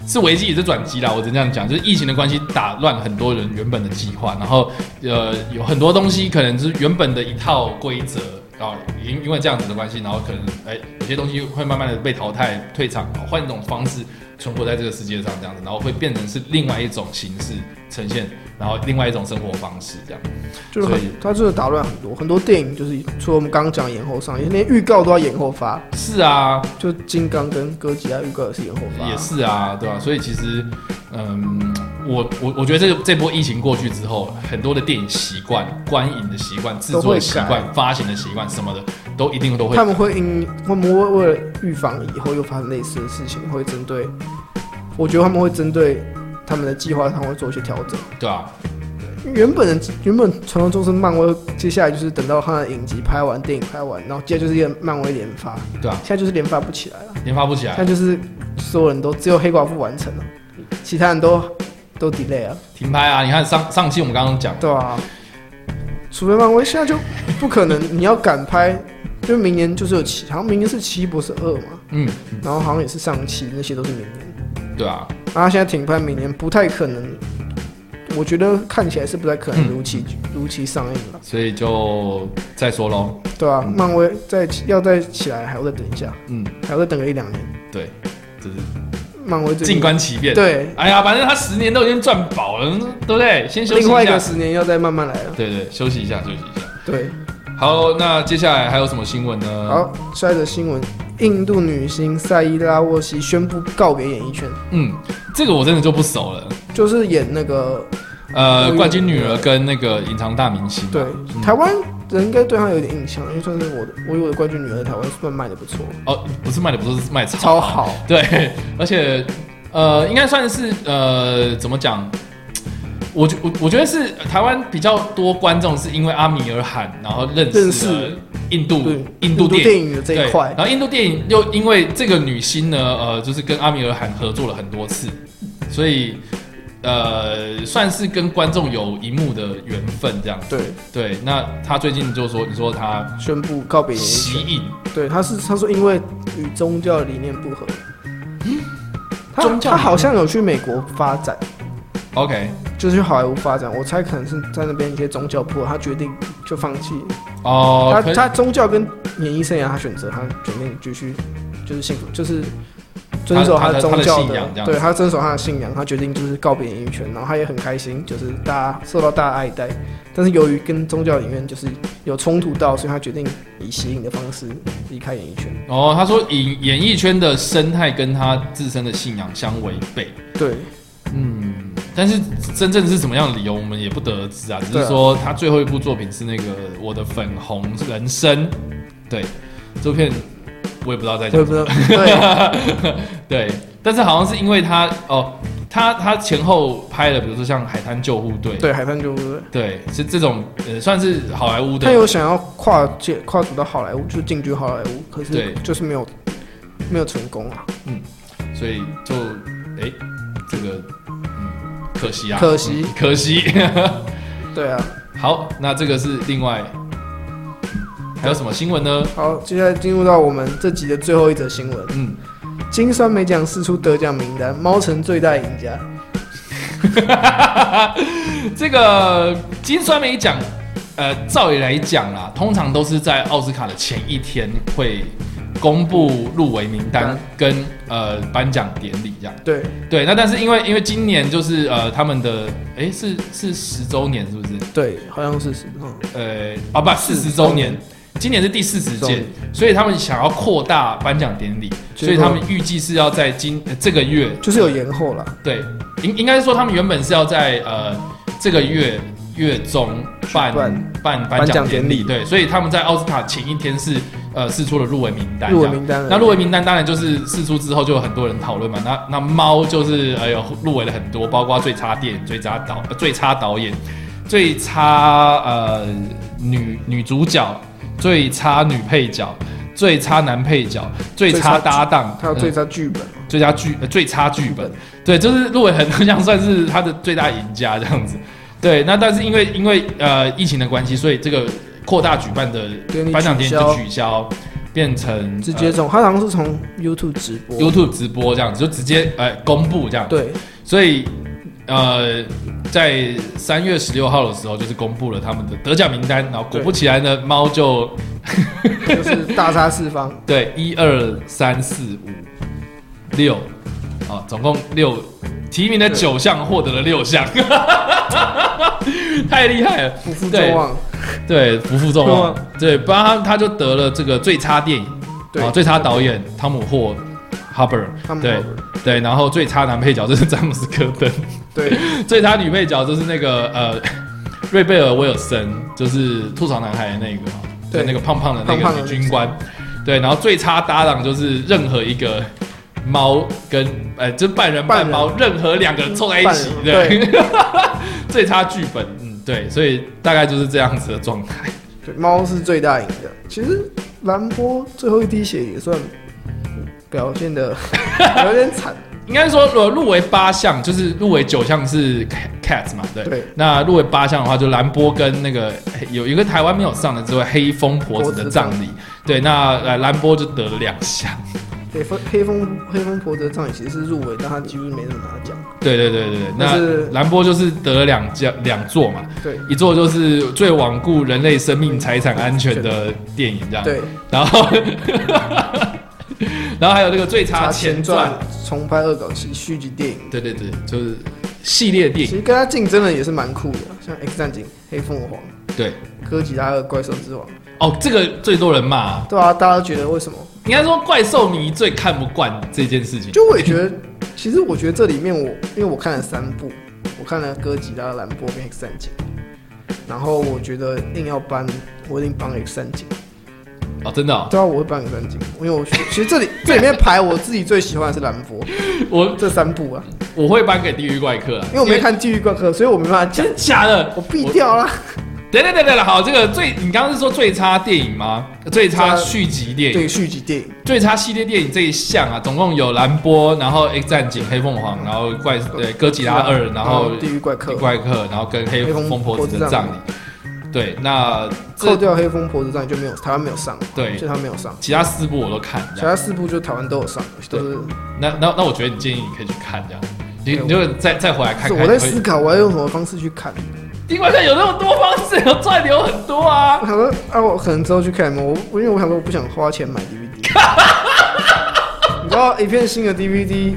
Speaker 1: 是危机也是转机啦，我只能这样讲，就是疫情的关系打乱很多人原本的计划，然后呃有很多东西可能是原本的一套规则，然后因因为这样子的关系，然后可能哎、有些东西会慢慢的被淘汰退场，换一种方式存活在这个世界上这样子，然后会变成是另外一种形式呈现，然后另外一种生活方式这样。
Speaker 2: 就是
Speaker 1: 所以
Speaker 2: 很他真的打乱很多很多电影，就是除了我们刚刚讲延后上映，连预告都要延后发，
Speaker 1: 是啊，
Speaker 2: 就金刚跟哥吉拉预告也是延后发，
Speaker 1: 也是啊，对吧、所以其实，嗯，我我我觉得这个这波疫情过去之后，很多的电影习惯、观影的习惯、制作的习
Speaker 2: 都会
Speaker 1: 惯、发行的习惯什么的，都一定都会
Speaker 2: 他们会因他们会为了预防以后又发生类似的事情，会针对，我觉得他们会针对他们的计划，他们会做一些调整。
Speaker 1: 对啊，
Speaker 2: 原本的原本传说中是漫威，接下来就是等到他的影集拍完，电影拍完，然后接下来就是一个漫威连发，
Speaker 1: 对啊，
Speaker 2: 现在就是连发不起来了，
Speaker 1: 研发不起来
Speaker 2: 现在，就是所有人都只有黑寡妇完成了，其他人都都 delay 啊，
Speaker 1: 停拍啊！你看上上期我们刚刚讲，
Speaker 2: 对啊，除非漫威现在就不可能，你要赶拍，就明年就是有奇，好像明年是奇异博士二嘛，
Speaker 1: 嗯，
Speaker 2: 然后好像也是上期，那些都是明年。
Speaker 1: 对啊，
Speaker 2: 然后现在停拍，明年不太可能，我觉得看起来是不太可能如期、如期上映了，
Speaker 1: 所以就再说喽，
Speaker 2: 对吧、漫威再起要再起来，还要再等一下，
Speaker 1: 嗯，
Speaker 2: 还要再等个一两年。
Speaker 1: 对，就是
Speaker 2: 漫威最
Speaker 1: 静
Speaker 2: 近
Speaker 1: 观其变。，
Speaker 2: 对，
Speaker 1: 哎呀，反正他十年都已经赚饱了，对不对？先休息
Speaker 2: 另外
Speaker 1: 一
Speaker 2: 一个
Speaker 1: 下，
Speaker 2: 十年要再慢慢来了。
Speaker 1: 对对，休息一下，休息一下。
Speaker 2: 对，
Speaker 1: 好，那接下来还有什么新闻呢？
Speaker 2: 好，下一则新闻，印度女星赛伊拉沃西宣布告别演艺圈，
Speaker 1: 嗯，这个我真的就不熟了。
Speaker 2: 就是演那个
Speaker 1: 呃，
Speaker 2: 嗯
Speaker 1: 冠军女儿跟那个隐藏大明星，
Speaker 2: 对
Speaker 1: 嗯
Speaker 2: 台湾人应该对她有点印象，因为算是我的，我有的冠军女儿，台湾算卖的不错，
Speaker 1: 哦，不是卖的不是是卖
Speaker 2: 超
Speaker 1: 草，
Speaker 2: 好。
Speaker 1: 对， 而且呃，应该算是呃，怎么讲？我觉我我觉得是台湾比较多观众是因为阿米尔汗，然后认
Speaker 2: 认
Speaker 1: 识了
Speaker 2: 识
Speaker 1: 印度
Speaker 2: 对
Speaker 1: 印
Speaker 2: 度
Speaker 1: 度电影。
Speaker 2: 影的这
Speaker 1: 对，
Speaker 2: 一块
Speaker 1: 然，后印度电影又因为这个女星呢，呃，就是跟阿米尔汗合作了很多次，所以呃，算是跟观众有一幕的缘分这样。
Speaker 2: 对，
Speaker 1: 对，那她最近就说，你说她
Speaker 2: 宣布告别演艺
Speaker 1: 吸
Speaker 2: 圈。
Speaker 1: 引
Speaker 2: 对，他是他说因为与宗教理念不合，
Speaker 1: 嗯
Speaker 2: 他
Speaker 1: 宗教理念
Speaker 2: 他好像有去美国发展，
Speaker 1: ，OK，
Speaker 2: 就是去好莱坞发展，我猜可能是在那边一些宗教不合，他决定就放弃。
Speaker 1: 哦、
Speaker 2: 他
Speaker 1: 可
Speaker 2: 他宗教跟演艺生涯，他选择他决定继续就是信奉就是。遵守
Speaker 1: 他他的
Speaker 2: 的宗教
Speaker 1: 他的信仰这样子
Speaker 2: 对他遵守他的信仰，他决定就是告别演艺圈，然后他也很开心，就是大家受到大家爱戴。但是由于跟宗教里面就是有冲突到，所以他决定以吸引的方式离开演艺圈。
Speaker 1: 哦，他说演演艺圈的生态跟他自身的信仰相违背，
Speaker 2: 对，
Speaker 1: 嗯，但是真正是怎么样的理由，我们也不得而知啊。只
Speaker 2: 对
Speaker 1: 是
Speaker 2: 啊
Speaker 1: 说他最后一部作品是那个《我的粉红人生》，对，这部片我也不知道在
Speaker 2: 我
Speaker 1: 讲
Speaker 2: 也不
Speaker 1: 什
Speaker 2: 知道
Speaker 1: 么，，
Speaker 2: 对
Speaker 1: 对，但是好像是因为他哦，他他前后拍了，比如说像《海滩救护队》，
Speaker 2: 对，海 滩救赎，
Speaker 1: 对，是这种呃，算是好莱坞
Speaker 2: 他有
Speaker 1: 的，
Speaker 2: 想要跨界跨足到好莱坞，就是进军好莱坞，可
Speaker 1: 对
Speaker 2: 是就是没有没有成功啊，
Speaker 1: 所以就哎、这个嗯，可惜啊，
Speaker 2: 可惜
Speaker 1: 嗯可惜。
Speaker 2: 对啊。
Speaker 1: 好，那这个是另外还有什么新闻呢？
Speaker 2: 好，接下来进入到我们这集的最后一则新闻，
Speaker 1: 嗯，
Speaker 2: 金酸梅奖释出得奖名单，猫城最大赢家，
Speaker 1: 这个金酸梅奖，呃，照理来讲啦，通常都是在奥斯卡的前一天会公布入围名单
Speaker 2: 嗯
Speaker 1: 跟呃颁奖典礼这样。
Speaker 2: 对，
Speaker 1: 对，那但是因为因为今年就是呃他们的哎是是十周年是不是？
Speaker 2: 对，好像是是，嗯，
Speaker 1: 呃啊不四十周年，今年是第四十
Speaker 2: 周
Speaker 1: 届
Speaker 2: 年，
Speaker 1: 所以他们想要扩大颁奖典礼，
Speaker 2: 结
Speaker 1: 所
Speaker 2: 果
Speaker 1: 以他们预计是要在今、呃这个月
Speaker 2: 就是有延后了，
Speaker 1: 对，应应该是说他们原本是要在呃这个月月中办
Speaker 2: 办
Speaker 1: 办
Speaker 2: 颁
Speaker 1: 颁
Speaker 2: 奖
Speaker 1: 奖
Speaker 2: 典
Speaker 1: 典礼，
Speaker 2: 礼
Speaker 1: 对，所以他们在奥斯卡前一天是呃试出了入围名单，
Speaker 2: 入
Speaker 1: 这
Speaker 2: 围
Speaker 1: 样。
Speaker 2: 名单了，
Speaker 1: 那入围名单当然就是试出之后就有很多人讨论嘛。那那猫就是哎呦入围了很多，包括最差电影、最差导、呃最差导演、最差呃女女主角、最差女配角、最差男配角、最
Speaker 2: 最差
Speaker 1: 差搭档，
Speaker 2: 还有最
Speaker 1: 嗯
Speaker 2: 佳剧本，
Speaker 1: 最佳剧、呃、最差剧本
Speaker 2: 剧，
Speaker 1: 对，就是入围很多项，呃算是他的最大赢家这样子。对，那但是因为因为呃疫情的关系，所以这个扩大举办的
Speaker 2: 典礼
Speaker 1: 颁奖典礼
Speaker 2: 取消
Speaker 1: 就取消，变成
Speaker 2: 直接从他好像是从 YouTube 直
Speaker 1: 呃
Speaker 2: 播，
Speaker 1: YouTube 直播这样子，就直接呃公布这样。
Speaker 2: 对，
Speaker 1: 所以呃在三月十六号的时候，就是公布了他们的得奖名单，然后果不其然呢，猫就
Speaker 2: 就是大杀四方，
Speaker 1: 对一二三四五六啊，总共六提名的
Speaker 2: 对
Speaker 1: 九项，获得了六项， 太厉害了，
Speaker 2: 不负
Speaker 1: 对
Speaker 2: 众望。
Speaker 1: 对，不负众望
Speaker 2: 是吗，
Speaker 1: 对，不然他他就得了这个最差电影，
Speaker 2: 对哦
Speaker 1: 啊，最差导演汤姆霍。哈伯
Speaker 2: 汤姆
Speaker 1: 对
Speaker 2: 霍伯
Speaker 1: 对，然后最差男配角这是詹姆斯科登，
Speaker 2: 对，
Speaker 1: 最差女配角就是那个呃，瑞贝尔威尔森，就是吐槽男孩的那个，
Speaker 2: 对
Speaker 1: 就那个胖胖的那
Speaker 2: 胖胖
Speaker 1: 个
Speaker 2: 的
Speaker 1: 女军官，对，然后最差搭档就是任何一个猫跟呃，就半人半猫，任何两个凑在一起，
Speaker 2: 半人
Speaker 1: 对， 最差剧本，嗯，对，所以大概就是这样子的状态，
Speaker 2: 对，猫是最大赢的。其实兰波最后一滴血也算表现的 有点惨，
Speaker 1: 应该说呃入围八项，就是入围九项是 Cat 嘛，对，
Speaker 2: 对
Speaker 1: 那入围八项的话，就兰波跟那个嘿有一个台湾没有上的之外，黑风婆子的葬
Speaker 2: 婆
Speaker 1: 礼，对，那呃兰波就得了两项，
Speaker 2: 黑风黑风黑风婆的葬礼其实是入围，但他几乎没怎么拿奖。
Speaker 1: 对对对对对，
Speaker 2: 但是
Speaker 1: 那兰波就是得了两奖两座嘛，
Speaker 2: 对
Speaker 1: 一座就是最罔顾人类生命财产安全的电影这样，，
Speaker 2: 对，
Speaker 1: 然后 然后还有那个最差
Speaker 2: 查
Speaker 1: 前
Speaker 2: 前
Speaker 1: 传
Speaker 2: 传，重拍恶搞戏续集电影，
Speaker 1: 对对对，就是系列电
Speaker 2: 其
Speaker 1: 影，
Speaker 2: 实跟他竞争的也是蛮酷的，像 X 战警、黑凤凰、
Speaker 1: 对，
Speaker 2: 哥吉拉二、怪兽之王，
Speaker 1: 哦，这个最多人骂啊、
Speaker 2: 对啊，大家都觉得为什么？
Speaker 1: 应该说怪兽迷最看不惯这件事情。
Speaker 2: 就我也觉得，其实我觉得这里面我，因为我看了三部，我看了哥吉拉、兰波跟 X 战警，然后我觉得硬要搬，我一定帮 X 战警。
Speaker 1: 哦，真的、哦，
Speaker 2: 对啊，我会帮 X 战警，因为我觉得 其实这里这里面排我自己最喜欢的是兰波
Speaker 1: 我
Speaker 2: 这三部啊，
Speaker 1: 我会颁给地狱怪客啊，
Speaker 2: 因为我没看《地狱怪客》，所以我没办法讲，
Speaker 1: 真假的，
Speaker 2: 我避掉啦。
Speaker 1: 等等等等，好，这个最你刚刚是说最差电影吗？最差续集电影、
Speaker 2: 对续集电影，
Speaker 1: 最差系列电影这一项啊，总共有蓝波，然后 X 战警、黑凤凰，然后怪对哥吉拉二，然后
Speaker 2: 嗯地狱怪客
Speaker 1: 地狱》，怪客，然后跟黑
Speaker 2: 黑风
Speaker 1: 风婆子的
Speaker 2: 婆子
Speaker 1: 葬
Speaker 2: 葬
Speaker 1: 礼。对，那
Speaker 2: 扣
Speaker 1: 这
Speaker 2: 掉黑风婆子战就没有，台湾没有上，
Speaker 1: 对
Speaker 2: 就他没有上，
Speaker 1: 其他四部我都看，这
Speaker 2: 其
Speaker 1: 样
Speaker 2: 他四部就台湾都有上，都是。
Speaker 1: 那那那我觉得你建议你可以去看这样，你
Speaker 2: 对
Speaker 1: 你就再再回来看
Speaker 2: 是
Speaker 1: 看。
Speaker 2: 我在
Speaker 1: 你会
Speaker 2: 思考我要用什么方式去看。
Speaker 1: 因为它有那么多方式，有赚流很多啊
Speaker 2: 我。想说啊，我可能之后去看嘛，我我因为我想说我不想花钱 买 DVD。你知道一片新的 DVD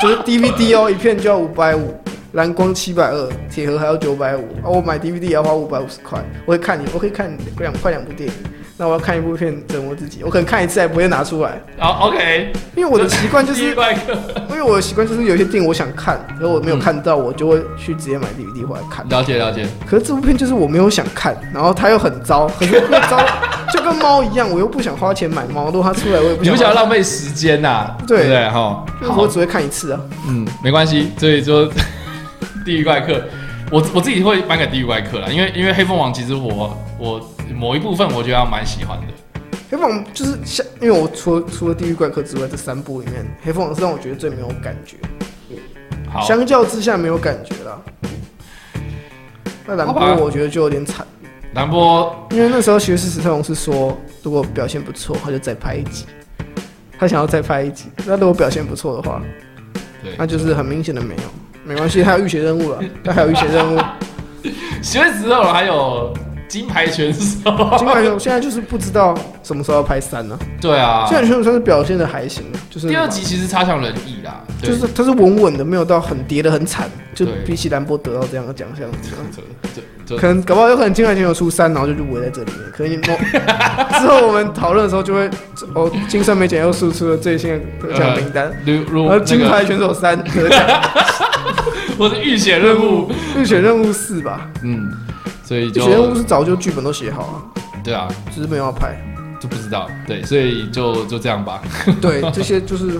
Speaker 2: 就是 DVD 哦，一片就要五百五，蓝光七百二，铁盒还要九百五啊！我买 DVD 也要花五百五十块，我会看你，我可以看两快两部电影。那我要看一部片折磨自己，我可能看一次还不会拿出来，
Speaker 1: 好，OK，
Speaker 2: 因为我的习惯就是
Speaker 1: 第一怪客，
Speaker 2: 因为我的习惯就是有一些电影我想看，可是我没有看到，我就会去直接买 DVD 回来看。
Speaker 1: 了解了解，
Speaker 2: 可是这部片就是我没有想看，然后它又很糟，可是那个糟就跟猫一样，我又不想花钱买猫，如果它出来我也不
Speaker 1: 你
Speaker 2: 想
Speaker 1: 不
Speaker 2: 花
Speaker 1: 想要浪费时间呐，
Speaker 2: 对
Speaker 1: 对不对？哈，
Speaker 2: 就是
Speaker 1: 好
Speaker 2: 我，只会看一次啊。
Speaker 1: 嗯，没关系，所以说 地狱怪客，我我自己会颁给地狱怪客啦，因为因为黑凤凰其实我我某一部分我觉得还蛮喜欢的，
Speaker 2: 黑凤凰就是像，因为我除了除了《地狱怪客》之外，这三部里面，黑凤凰是让我觉得最没有感觉，
Speaker 1: 好，
Speaker 2: 相较之下没有感觉啦。那蓝
Speaker 1: 好吧
Speaker 2: 波我觉得就有点惨，
Speaker 1: 兰波，
Speaker 2: 因为那时候学士史泰龙是说，如果表现不错，他就再拍一集，他想要再拍一集。那如果表现不错的话，
Speaker 1: 对，
Speaker 2: 那就是很明显的没有，没关系，他有预写任务了，他还有预写任务。
Speaker 1: 学石头还有金牌选手，
Speaker 2: 金马奖现在就是不知道什么时候要拍三呢、
Speaker 1: 对啊
Speaker 2: 啊。，现在选手算是表现的还行，啊就是
Speaker 1: 第二集其实差强人意啦，对
Speaker 2: 就是它是稳稳的，没有到很跌的很惨，就
Speaker 1: 对
Speaker 2: 比起兰博得到这样的奖项，
Speaker 1: 这这
Speaker 2: 可能搞不好有可能金马奖有出三，然后就入围在这里面。可能你某之后我们讨论的时候就会，哦，金酸梅奖又输出了最新的得奖名单，
Speaker 1: 如如那
Speaker 2: 然后
Speaker 1: 个
Speaker 2: 呃金牌选手三得奖
Speaker 1: 我的预写任 务，
Speaker 2: 预选任务四吧，
Speaker 1: 嗯，所以
Speaker 2: 预
Speaker 1: 就
Speaker 2: 选任务是早就剧本都写好了，
Speaker 1: 对啊，
Speaker 2: 只是没有要拍。
Speaker 1: 就不知道，对，所以就就这样吧。
Speaker 2: 对，这些就是，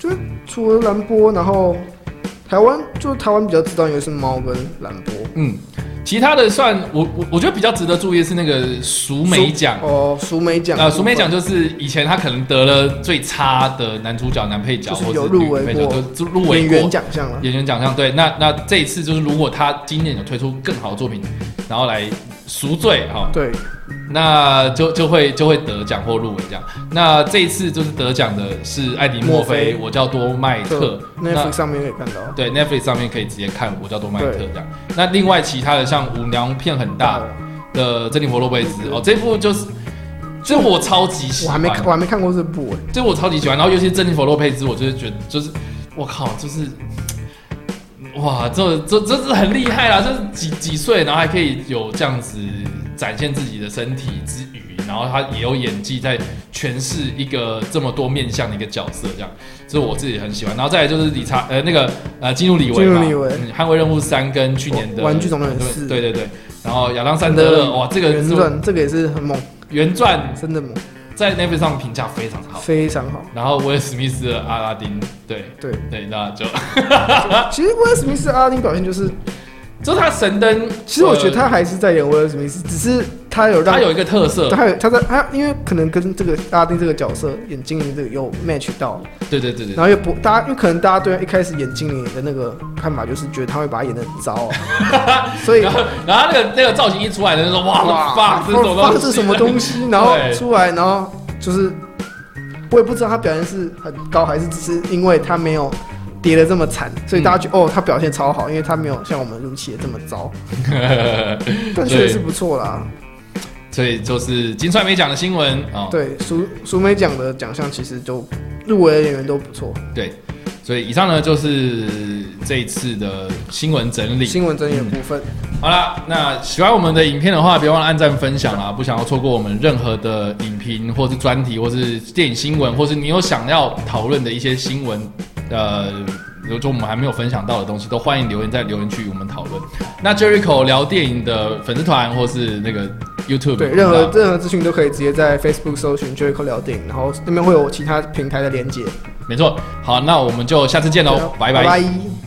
Speaker 2: 就是除了蓝波，然后台湾就是台湾比较知道应该是猫跟蓝波。
Speaker 1: 嗯，其他的算我我我觉得比较值得注意的是那个熟美奖。
Speaker 2: 哦，熟美奖
Speaker 1: 呃，熟美奖就是以前他可能得了最差的男主角、男配角，
Speaker 2: 就是
Speaker 1: 或者
Speaker 2: 有
Speaker 1: 是女
Speaker 2: 入围
Speaker 1: 配角，
Speaker 2: 过
Speaker 1: 都入围过
Speaker 2: 演员奖项了。
Speaker 1: 演员奖项。对，那那这一次就是如果他今年有推出更好的作品，然后来赎罪哈、
Speaker 2: 对，
Speaker 1: 那就就会就会得奖或入围奖。那这一次就是得奖的是艾迪墨菲，
Speaker 2: 墨菲
Speaker 1: 我叫多麦特
Speaker 2: 就。
Speaker 1: 那
Speaker 2: Netflix 上面可以看到。
Speaker 1: 对 Netflix 上面可以直接看《我叫多麦特》
Speaker 2: 对
Speaker 1: 这样。那另哦外其他的像《舞娘片很大》的《真理活罗贝兹》哦，这部就是这我超级喜
Speaker 2: 我
Speaker 1: 欢，
Speaker 2: 还没看，我还没看过这部哎、
Speaker 1: 这我超级喜欢。然后尤其是珍妮佛洛佩兹，我就是觉得就是我靠，就是哇，这这这是很厉害啦！这几几岁，然后还可以有这样子展现自己的身体之余，然后他也有演技在诠释一个这么多面向的一个角色，这样，这是我自己很喜欢。然后再来就是理查呃那个呃基努里维嘛，
Speaker 2: 基努里维
Speaker 1: 嗯捍卫任务三跟去年的
Speaker 2: 玩具总动员四
Speaker 1: 对对对，然后亚当·山德勒，哇，这个
Speaker 2: 原
Speaker 1: 是我
Speaker 2: 传这个也是很猛，
Speaker 1: 原传
Speaker 2: 真的猛，
Speaker 1: 在 n e t f l 上评价非常好。
Speaker 2: 非常好。
Speaker 1: 然后威尔史密斯的阿拉丁，对
Speaker 2: 对，
Speaker 1: 对，那就 啊
Speaker 2: 其实威尔史密斯阿丁表现就是，
Speaker 1: 就是他神灯。
Speaker 2: 其实我觉得他
Speaker 1: 呃
Speaker 2: 还是在演威尔史密斯，只是他有让
Speaker 1: 他有一个特色，
Speaker 2: 他有他在他因为可能跟这个阿丁这个角色演精灵这个有 match 到，
Speaker 1: 对对对对
Speaker 2: 然后又不大家，因为可能大家对他一开始演精灵的那个看法就是觉得他会把他演的很糟、啊， 所以
Speaker 1: 然后然后他那个那个造型一出来，人就说哇，
Speaker 2: 哇
Speaker 1: 棒，这是什么
Speaker 2: 放
Speaker 1: 东
Speaker 2: 这
Speaker 1: 西？
Speaker 2: 是什么东西？然后
Speaker 1: 对
Speaker 2: 出来，然后就是我也不知道他表现是很高还是只是因为他没有跌的这么惨，所以大家觉得、哦他表现超好，因为他没有像我们入戏的这么糟，但确实是不错啦。
Speaker 1: 所以就是金帅美奖的新闻啊，
Speaker 2: 对，苏苏梅奖的奖项其实就入围的演员都不错，
Speaker 1: 对，所以以上呢就是这一次的新闻整理。
Speaker 2: 新闻整理的部分。
Speaker 1: 好啦，那喜欢我们的影片的话，别忘了按赞分享啦！不想要错过我们任何的影评，或是专题，或是电影新闻，或是你有想要讨论的一些新闻，呃，比如说我们还没有分享到的东西，都欢迎留言在留言区与我们讨论。那 Jericho 聊电影的粉丝团，或是那个 YouTube，
Speaker 2: 对，
Speaker 1: 频道
Speaker 2: 任何任何资讯都可以直接在 Facebook 搜寻 Jericho 聊电影，然后那边会有其他平台的连接。啊
Speaker 1: 没错。好，那我们就下次见喽，拜拜
Speaker 2: 拜拜